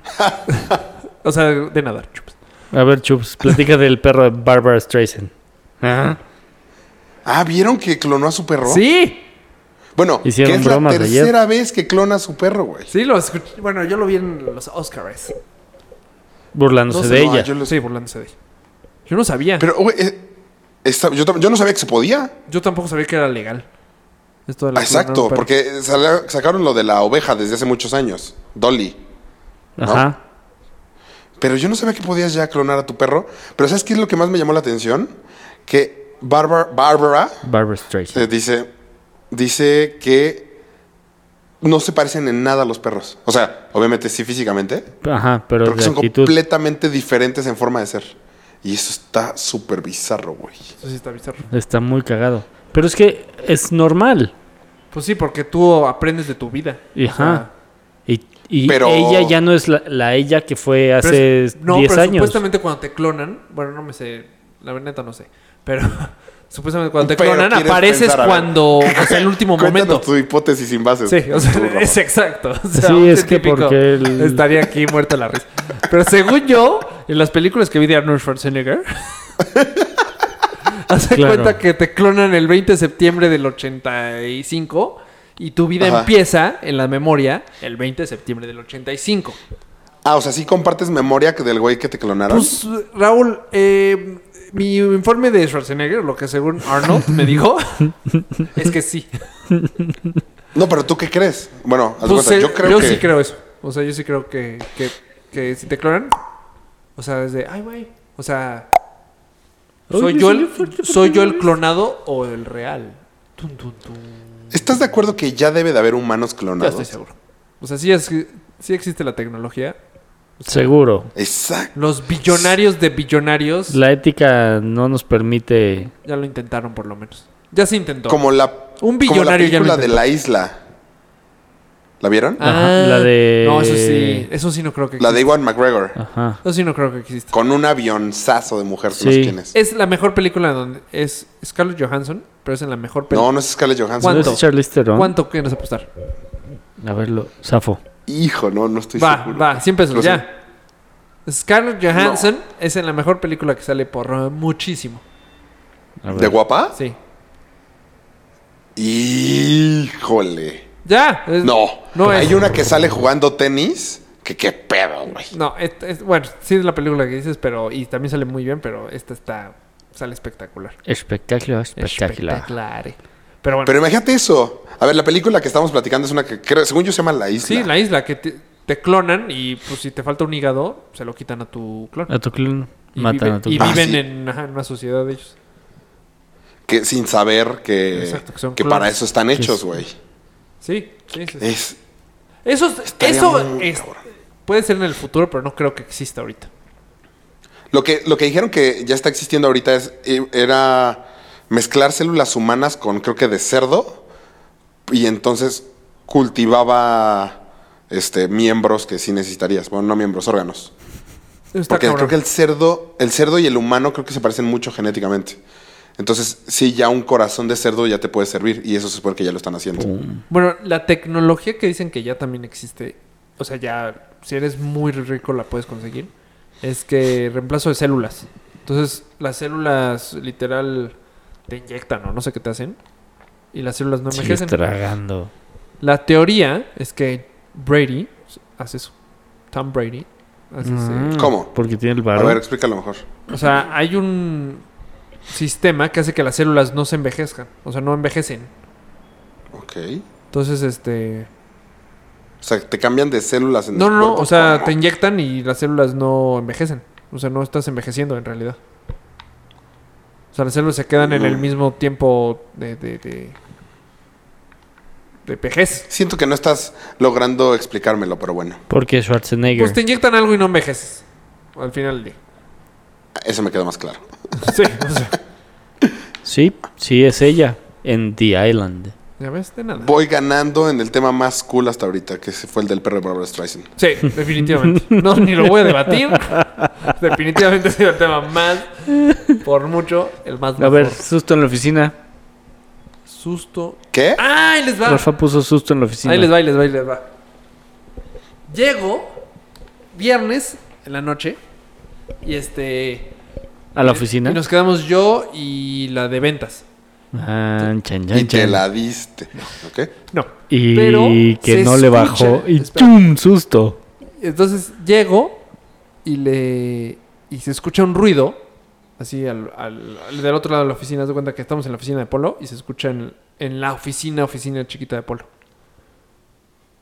C: O sea, de nadar, chupas.
A: A ver, Chups, platica del perro de Barbara Streisand. Ajá.
B: Ah, ¿vieron que clonó a su perro?
C: Sí,
B: Bueno,
A: Hicieron
B: que es la
A: bromas ayer.
B: tercera vez que clona a su perro, güey.
C: sí, lo escuché. Bueno, yo lo vi en los Oscars.
A: Burlándose
C: No sé,
A: de
B: No,
A: ella.
B: yo lo-
C: Sí, burlándose de ella. Yo no sabía.
B: Pero, güey, eh, está- yo, tam- yo no sabía que se podía.
C: Yo tampoco sabía que era legal. Esto de la
B: Ah, Exacto,
C: clonar, pero-
B: porque sala- sacaron lo de la oveja desde hace muchos años, Dolly.
A: Ajá.
B: Pero yo no sabía que podías ya clonar a tu perro. Pero ¿sabes qué es lo que más me llamó la atención? Que Barbara, Barbara
A: Barbara
B: eh,
A: Streisand.
B: dice, dice que no se parecen en nada a los perros. O sea, obviamente sí físicamente,
A: Ajá, pero
B: pero que
A: de
B: son
A: actitud.
B: completamente diferentes en forma de ser. Y eso está súper bizarro, güey.
C: Eso sí está bizarro.
A: Está muy cagado. Pero es que es normal.
C: Pues sí, porque tú aprendes de tu vida.
A: Y Ajá. Y, y
B: Pero-
A: ella ya no es la, la ella que fue hace
C: Pero es- no,
A: 10
C: pero
A: años.
C: supuestamente cuando te clonan, bueno, no me sé, la neta no sé, pero [laughs] supuestamente cuando te
B: Pero
C: clonan
B: quieres
C: apareces
B: pensar, a ver.
C: cuando, o sea, el
B: [laughs]
C: último
B: Cuéntanos
C: momento.
B: tu hipótesis sin bases.
C: Sí, o
B: tú,
C: sea,
B: Rafa.
C: es exacto. o sea,
A: Sí,
C: un
A: es que
C: científico
A: porque el-
C: estaría aquí muerto de la risa. Pero según yo, en las películas que vi de Arnold Schwarzenegger, [laughs] hace
A: Claro.
C: cuenta que te clonan el 20 de septiembre del 85 y tu vida
B: Ajá.
C: empieza en la memoria el 20 de septiembre del 85.
B: Ah, o sea, sí compartes memoria que del güey que te clonaron.
C: Pues, Raúl, eh, mi informe de Schwarzenegger, lo que según Arnold me
A: [laughs]
C: dijo, es que sí.
B: No, pero ¿tú qué crees? Bueno, haz de
C: Pues,
B: cuenta,
C: eh,
B: yo creo que...
C: sí creo eso. O sea, yo sí creo que, que, que si te clonan, o sea, desde, ay, güey. O sea, ¿soy
A: Oye,
C: yo,
A: soy
C: el,
A: yo fuerte
C: ¿soy yo el
A: vez.
C: clonado o el real? Tun, tun, tun.
B: ¿Estás de acuerdo que ya debe de haber humanos
C: Ya
B: clonados?
C: estoy seguro. O sea, sí, es, sí existe la tecnología.
A: Seguro.
B: Exacto.
C: Los billonarios de billonarios
A: La ética no nos permite.
C: ya lo intentaron por lo menos. Ya se intentó.
B: Como la, como la
C: Un billonario ya lo
B: película de
C: intentó.
B: la isla. ¿La vieron?
A: Ajá, la de-
C: No, eso sí. Eso sí Ah. no creo que
B: La de
C: exista.
B: Iwan McGregor.
A: Ajá.
C: Eso sí no creo que exista.
B: Con un avionzazo de mujer, no sé
A: Sí.
B: quién es.
C: Es la mejor película donde es Scarlett Johansson, pero es en la mejor película.
B: No, no es Scarlett Johansson.
A: ¿No
C: ¿Cuánto?
A: es Charlize Theron?
C: ¿Cuánto quieres apostar?
A: A verlo. Zafo.
B: Hijo, no, no estoy
C: va,
B: seguro.
C: va, 100 pesos,
B: No sé.
C: ya. Scarlett Johansson es en la mejor película que sale por eh, muchísimo.
A: A ver.
B: ¿De guapa?
C: Sí.
B: Híjole.
C: Ya. es-
B: No.
C: No
B: Hay
C: es.
B: una que sale jugando tenis. Que qué pedo, güey.
C: No, es- es- bueno, sí es la película que dices, pero. Y también sale muy bien, pero esta está. Sale espectacular.
A: Espectáculo, espectacular.
C: Espectacular. eh. Pero bueno.
B: Pero imagínate eso. A ver, la película que estamos platicando es una que, creo- según yo, se llama La Isla.
C: Sí, la isla que te, te clonan y pues si te falta un hígado, se lo quitan a tu clon.
A: A tu clon.
C: Y
A: Matan
C: viven,
A: a tu
C: y
A: clon.
B: Ah,
C: viven
B: sí.
C: en, ajá, en una sociedad de ellos.
B: que sin saber que,
C: Exacto, que
B: que,
C: son
B: para
C: clones.
B: eso están hechos,
A: es-
B: güey.
C: Sí, sí, sí. sí.
B: Es
C: Eso, es-
B: Eh, estaría
C: eso
B: muy
C: es-
B: cabrón.
C: puede ser en el futuro, pero no creo que exista ahorita.
B: lo que lo que dijeron que ya está existiendo ahorita es eh, era mezclar células humanas con creo que de cerdo y entonces cultivaba este miembros que sí necesitarías, bueno, no miembros, órganos.
C: Eso está
B: Porque
C: cabrón.
B: creo que el cerdo, el cerdo y el humano creo que se parecen mucho genéticamente. Entonces, sí, ya un corazón de cerdo ya te puede servir y eso se supone que ya lo están haciendo.
C: Bueno, la tecnología que dicen que ya también existe, o sea, ya si eres muy rico la puedes conseguir, es que reemplazo de células. Entonces, las células literal te inyectan o no sé qué te hacen y las células no
A: Sigue
C: envejecen.
A: tragando.
C: La teoría es que Brady hace eso. Tom Brady hace ese-
A: Mm,
B: ¿Cómo?
A: Porque tiene el
B: A
A: varón.
B: ver, explícalo mejor.
C: O sea, hay un sistema que hace que las células no se envejezcan. O sea, no envejecen.
B: Ok.
C: Entonces, este...
B: O sea, te cambian de células en
C: No,
B: el
C: no, no.
B: cuerpo.
C: O sea,
B: ¿Cómo?
C: te inyectan y las células no envejecen. O sea, no estás envejeciendo en realidad. O sea, las células se quedan en el mismo tiempo de... De, de, de vejez.
B: Siento que no estás logrando explicármelo, pero bueno,
A: Porque Schwarzenegger.
C: Pues te inyectan algo y no envejeces. Al final del día.
B: eso me quedó más claro.
C: [laughs] Sí, o sea,
A: Sí, sí es ella. En The Island.
C: ya ves, de nada.
B: Voy ganando en el tema más cool hasta ahorita, que ese fue el del perro de Barbara Streisand.
C: Sí, [laughs] definitivamente. No, ni lo voy a debatir. definitivamente ha sido el tema más, por mucho, el más
A: A ver,
C: mejor.
A: susto en la oficina.
C: Susto.
B: ¿Qué?
C: ¡Ah, ahí les va!
A: Rafa puso susto en la oficina.
C: Ahí les va, ahí les va, ahí les va. Llego, viernes en la noche. Y este.
A: ¿A la oficina?
C: Y nos quedamos yo y la de ventas.
A: Ah, chan, chan,
B: Y te
A: chan.
B: la diste. ¿Ok?
C: No.
A: Y
C: Pero
A: que
C: se
A: no le bajó.
C: escucha-
A: Y
C: Espera.
A: ¡chum! Susto.
C: Entonces llego y le. Y se escucha un ruido. Así al, al- al- del otro lado de la oficina. Haz de cuenta que estamos en la oficina de Polo y se escucha en, en la oficina, oficina chiquita de Polo.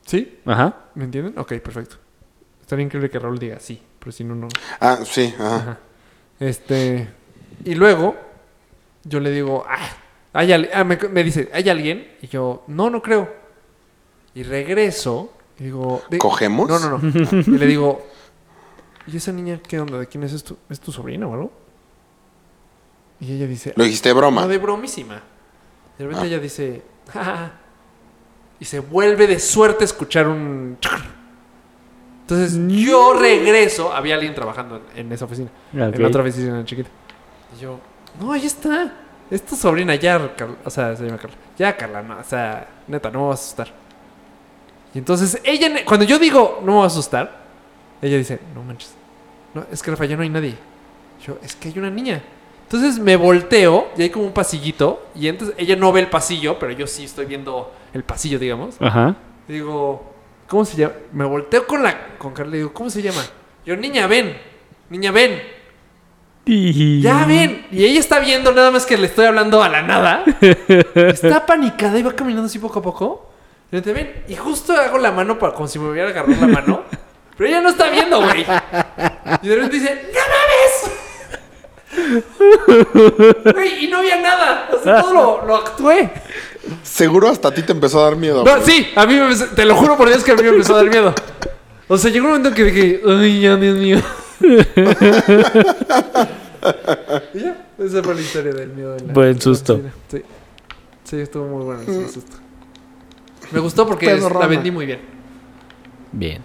C: ¿Sí?
A: Ajá.
C: ¿Me entienden? Ok, perfecto. Estaría increíble que Raúl diga sí, pero si no, no.
B: Ah, sí, ajá.
C: Ajá. Este. Y luego, yo le digo, ah, hay al- ah, me, me dice, ¿hay alguien? Y yo, no, no creo. Y regreso, y digo, de-
B: ¿Cogemos?
C: No, no, no. Y le digo, ¿y esa niña qué onda? ¿De quién es esto? ¿Es tu sobrina o algo? Y ella dice,
B: Lo dijiste de broma.
C: no, Ah, de bromísima. De repente ella dice, "Ja, ja, ja". y se vuelve de suerte a escuchar un. Entonces yo regreso, había alguien trabajando en, en esa oficina,
A: Ok.
C: en la otra oficina chiquita. Y yo, no, ahí está. Es tu sobrina, ya, Carla. O sea, se llama Carla. Ya, Carla, no, o sea, neta, no me vas a asustar. Y entonces ella, ne- cuando yo digo no me va a asustar, ella dice, no manches. No, es que Rafa, ya no hay nadie. Yo, es que hay una niña. Entonces me volteo y hay como un pasillito. Y entonces ella no ve el pasillo, pero yo sí estoy viendo el pasillo, digamos.
A: Ajá.
C: Y digo, ¿cómo se llama? Me volteo con la con Carla y digo, ¿cómo se llama? Yo, niña, ven. Niña, ven.
A: Y-
C: Ya ven. Y ella está viendo nada más que le estoy hablando a la [laughs] nada. está panicada y va caminando así poco a poco. Y te ven. Y justo hago la mano para, como si me hubiera agarrado la mano. Pero ella no está viendo, güey. Y de repente dice, ¡No mames! Güey, y no había nada. O sea, todo lo, lo actué.
B: Seguro hasta a ti te empezó a dar miedo.
C: No,
B: güey.
C: sí, a mí me empezó- te lo juro por Dios que a mí me empezó a dar miedo. O sea, llegó un momento que dije, ay, ya, Dios mío. [laughs] y ya, esa fue la historia del miedo. de la-
A: Buen
C: de la
A: susto.
C: oficina. Sí. sí, estuvo muy bueno ese susto. Me gustó porque
B: Pedro
C: es- la
B: Rama.
C: vendí muy bien.
A: Bien.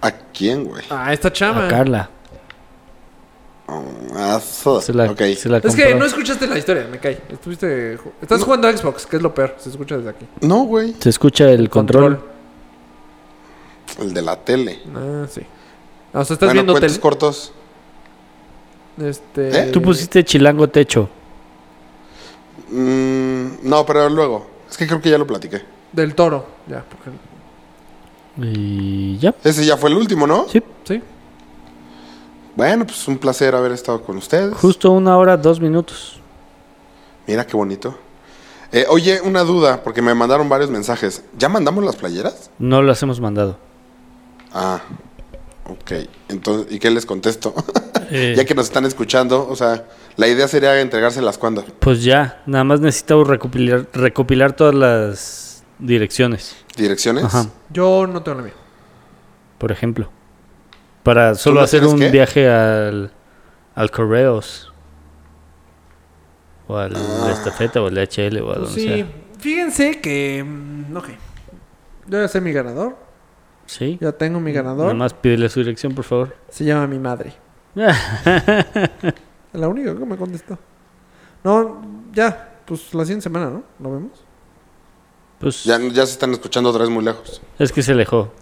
B: ¿A quién, güey?
C: Ah, esta chama.
A: A Carla.
B: Ah, so-
A: Se la,
B: ok.
A: se la
C: es que
A: compró.
C: no escuchaste la historia, me cae. Estuviste. ju- Estás jugando a Xbox, que es lo peor. Se escucha desde aquí.
B: No, güey.
A: Se escucha el control.
B: El de la tele.
C: Ah, sí. Ah, o sea, estás
B: bueno,
C: viendo
B: cuentos
C: tele.
B: cortos.
C: Este.
B: ¿Eh?
A: Tú pusiste chilango techo.
B: Mm, no, pero luego. Es que creo que ya lo platiqué.
C: Del toro. Ya, porque.
A: Y ya.
B: Ese ya fue el último, ¿no?
A: Sí.
C: Sí.
B: Bueno, pues un placer haber estado con ustedes.
A: Justo una hora, dos minutos.
B: Mira qué bonito. Eh, oye, una duda, porque me mandaron varios mensajes. ¿Ya mandamos las playeras?
A: No las hemos mandado.
B: Ah, ok. Entonces, ¿y qué les contesto? [laughs]
A: Eh,
B: [laughs] ya que nos están escuchando, o sea, la idea sería entregárselas cuando.
A: Pues ya. Nada más necesito recopilar, recopilar todas las direcciones.
B: ¿Direcciones?
A: Ajá.
C: Yo no tengo la mía.
A: Por ejemplo. Para solo
B: no
A: hacer
B: tienes
A: un
B: qué?
A: viaje al, al Correos. O al Estafeta o al DHL o a donde
C: Pues sí,
A: sea.
C: fíjense que. mm, Ok. Yo ya sé mi ganador.
A: Sí.
C: Ya tengo mi
A: Nada
C: ganador.
A: más pídele su dirección, por favor. [laughs]
C: Se llama mi madre. Es la única que me contestó. No, ya. Pues la siguiente semana, ¿no? Lo vemos.
A: pues
B: Ya, ya se están escuchando otra vez muy lejos.
A: es que se alejó.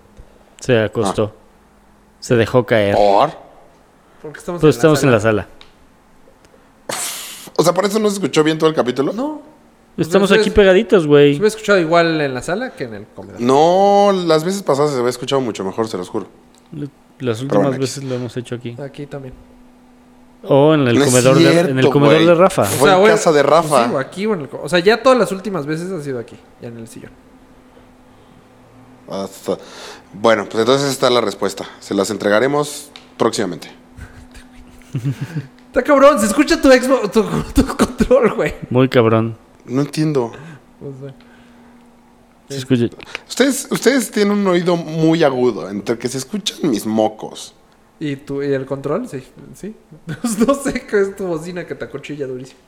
A: Se
B: Ah.
A: acostó. Se dejó caer.
B: ¿Por?
C: Porque estamos
A: Pues estamos en
C: sala.
A: la sala.
B: O sea, ¿por eso no se escuchó bien todo el capítulo?
C: No.
B: Pues,
A: Estamos
C: ustedes-
A: aquí pegaditos,
C: Se
A: güey.
C: hubiera escuchado igual en la sala que en el comedor.
B: No, las veces pasadas se había escuchado mucho mejor, se los juro. pues,
A: Las últimas
B: Ronex.
A: veces lo hemos hecho aquí.
C: Aquí también.
A: O en el
B: No es
A: comedor, de, en el
B: cierto,
A: comedor
B: güey.
A: de Rafa.
B: Ah, Fue en casa de Rafa.
C: pues sí, o aquí o en el co- O sea, ya todas las últimas veces ha sido aquí. Ya en el sillón.
B: Hasta- Bueno, pues entonces está la respuesta. Se las entregaremos próximamente.
C: Está cabrón. Se escucha tu Xbox, tu, [laughs] tu control, güey.
A: Muy cabrón.
B: No entiendo.
A: Pues
C: O sea,
A: Se escucha.
B: Ustedes, ustedes tienen un oído muy agudo, entre que se escuchan mis mocos.
C: ¿Y, tu, ¿Y el control? Sí. sí. [laughs] No sé qué es tu bocina que te acochilla durísimo.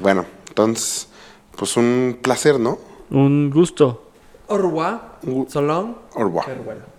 B: Bueno, entonces, pues un placer, ¿no?
A: Un gusto.
C: Orwa,
B: Uh.
C: Solón,
B: Au revoir.
C: pero bueno.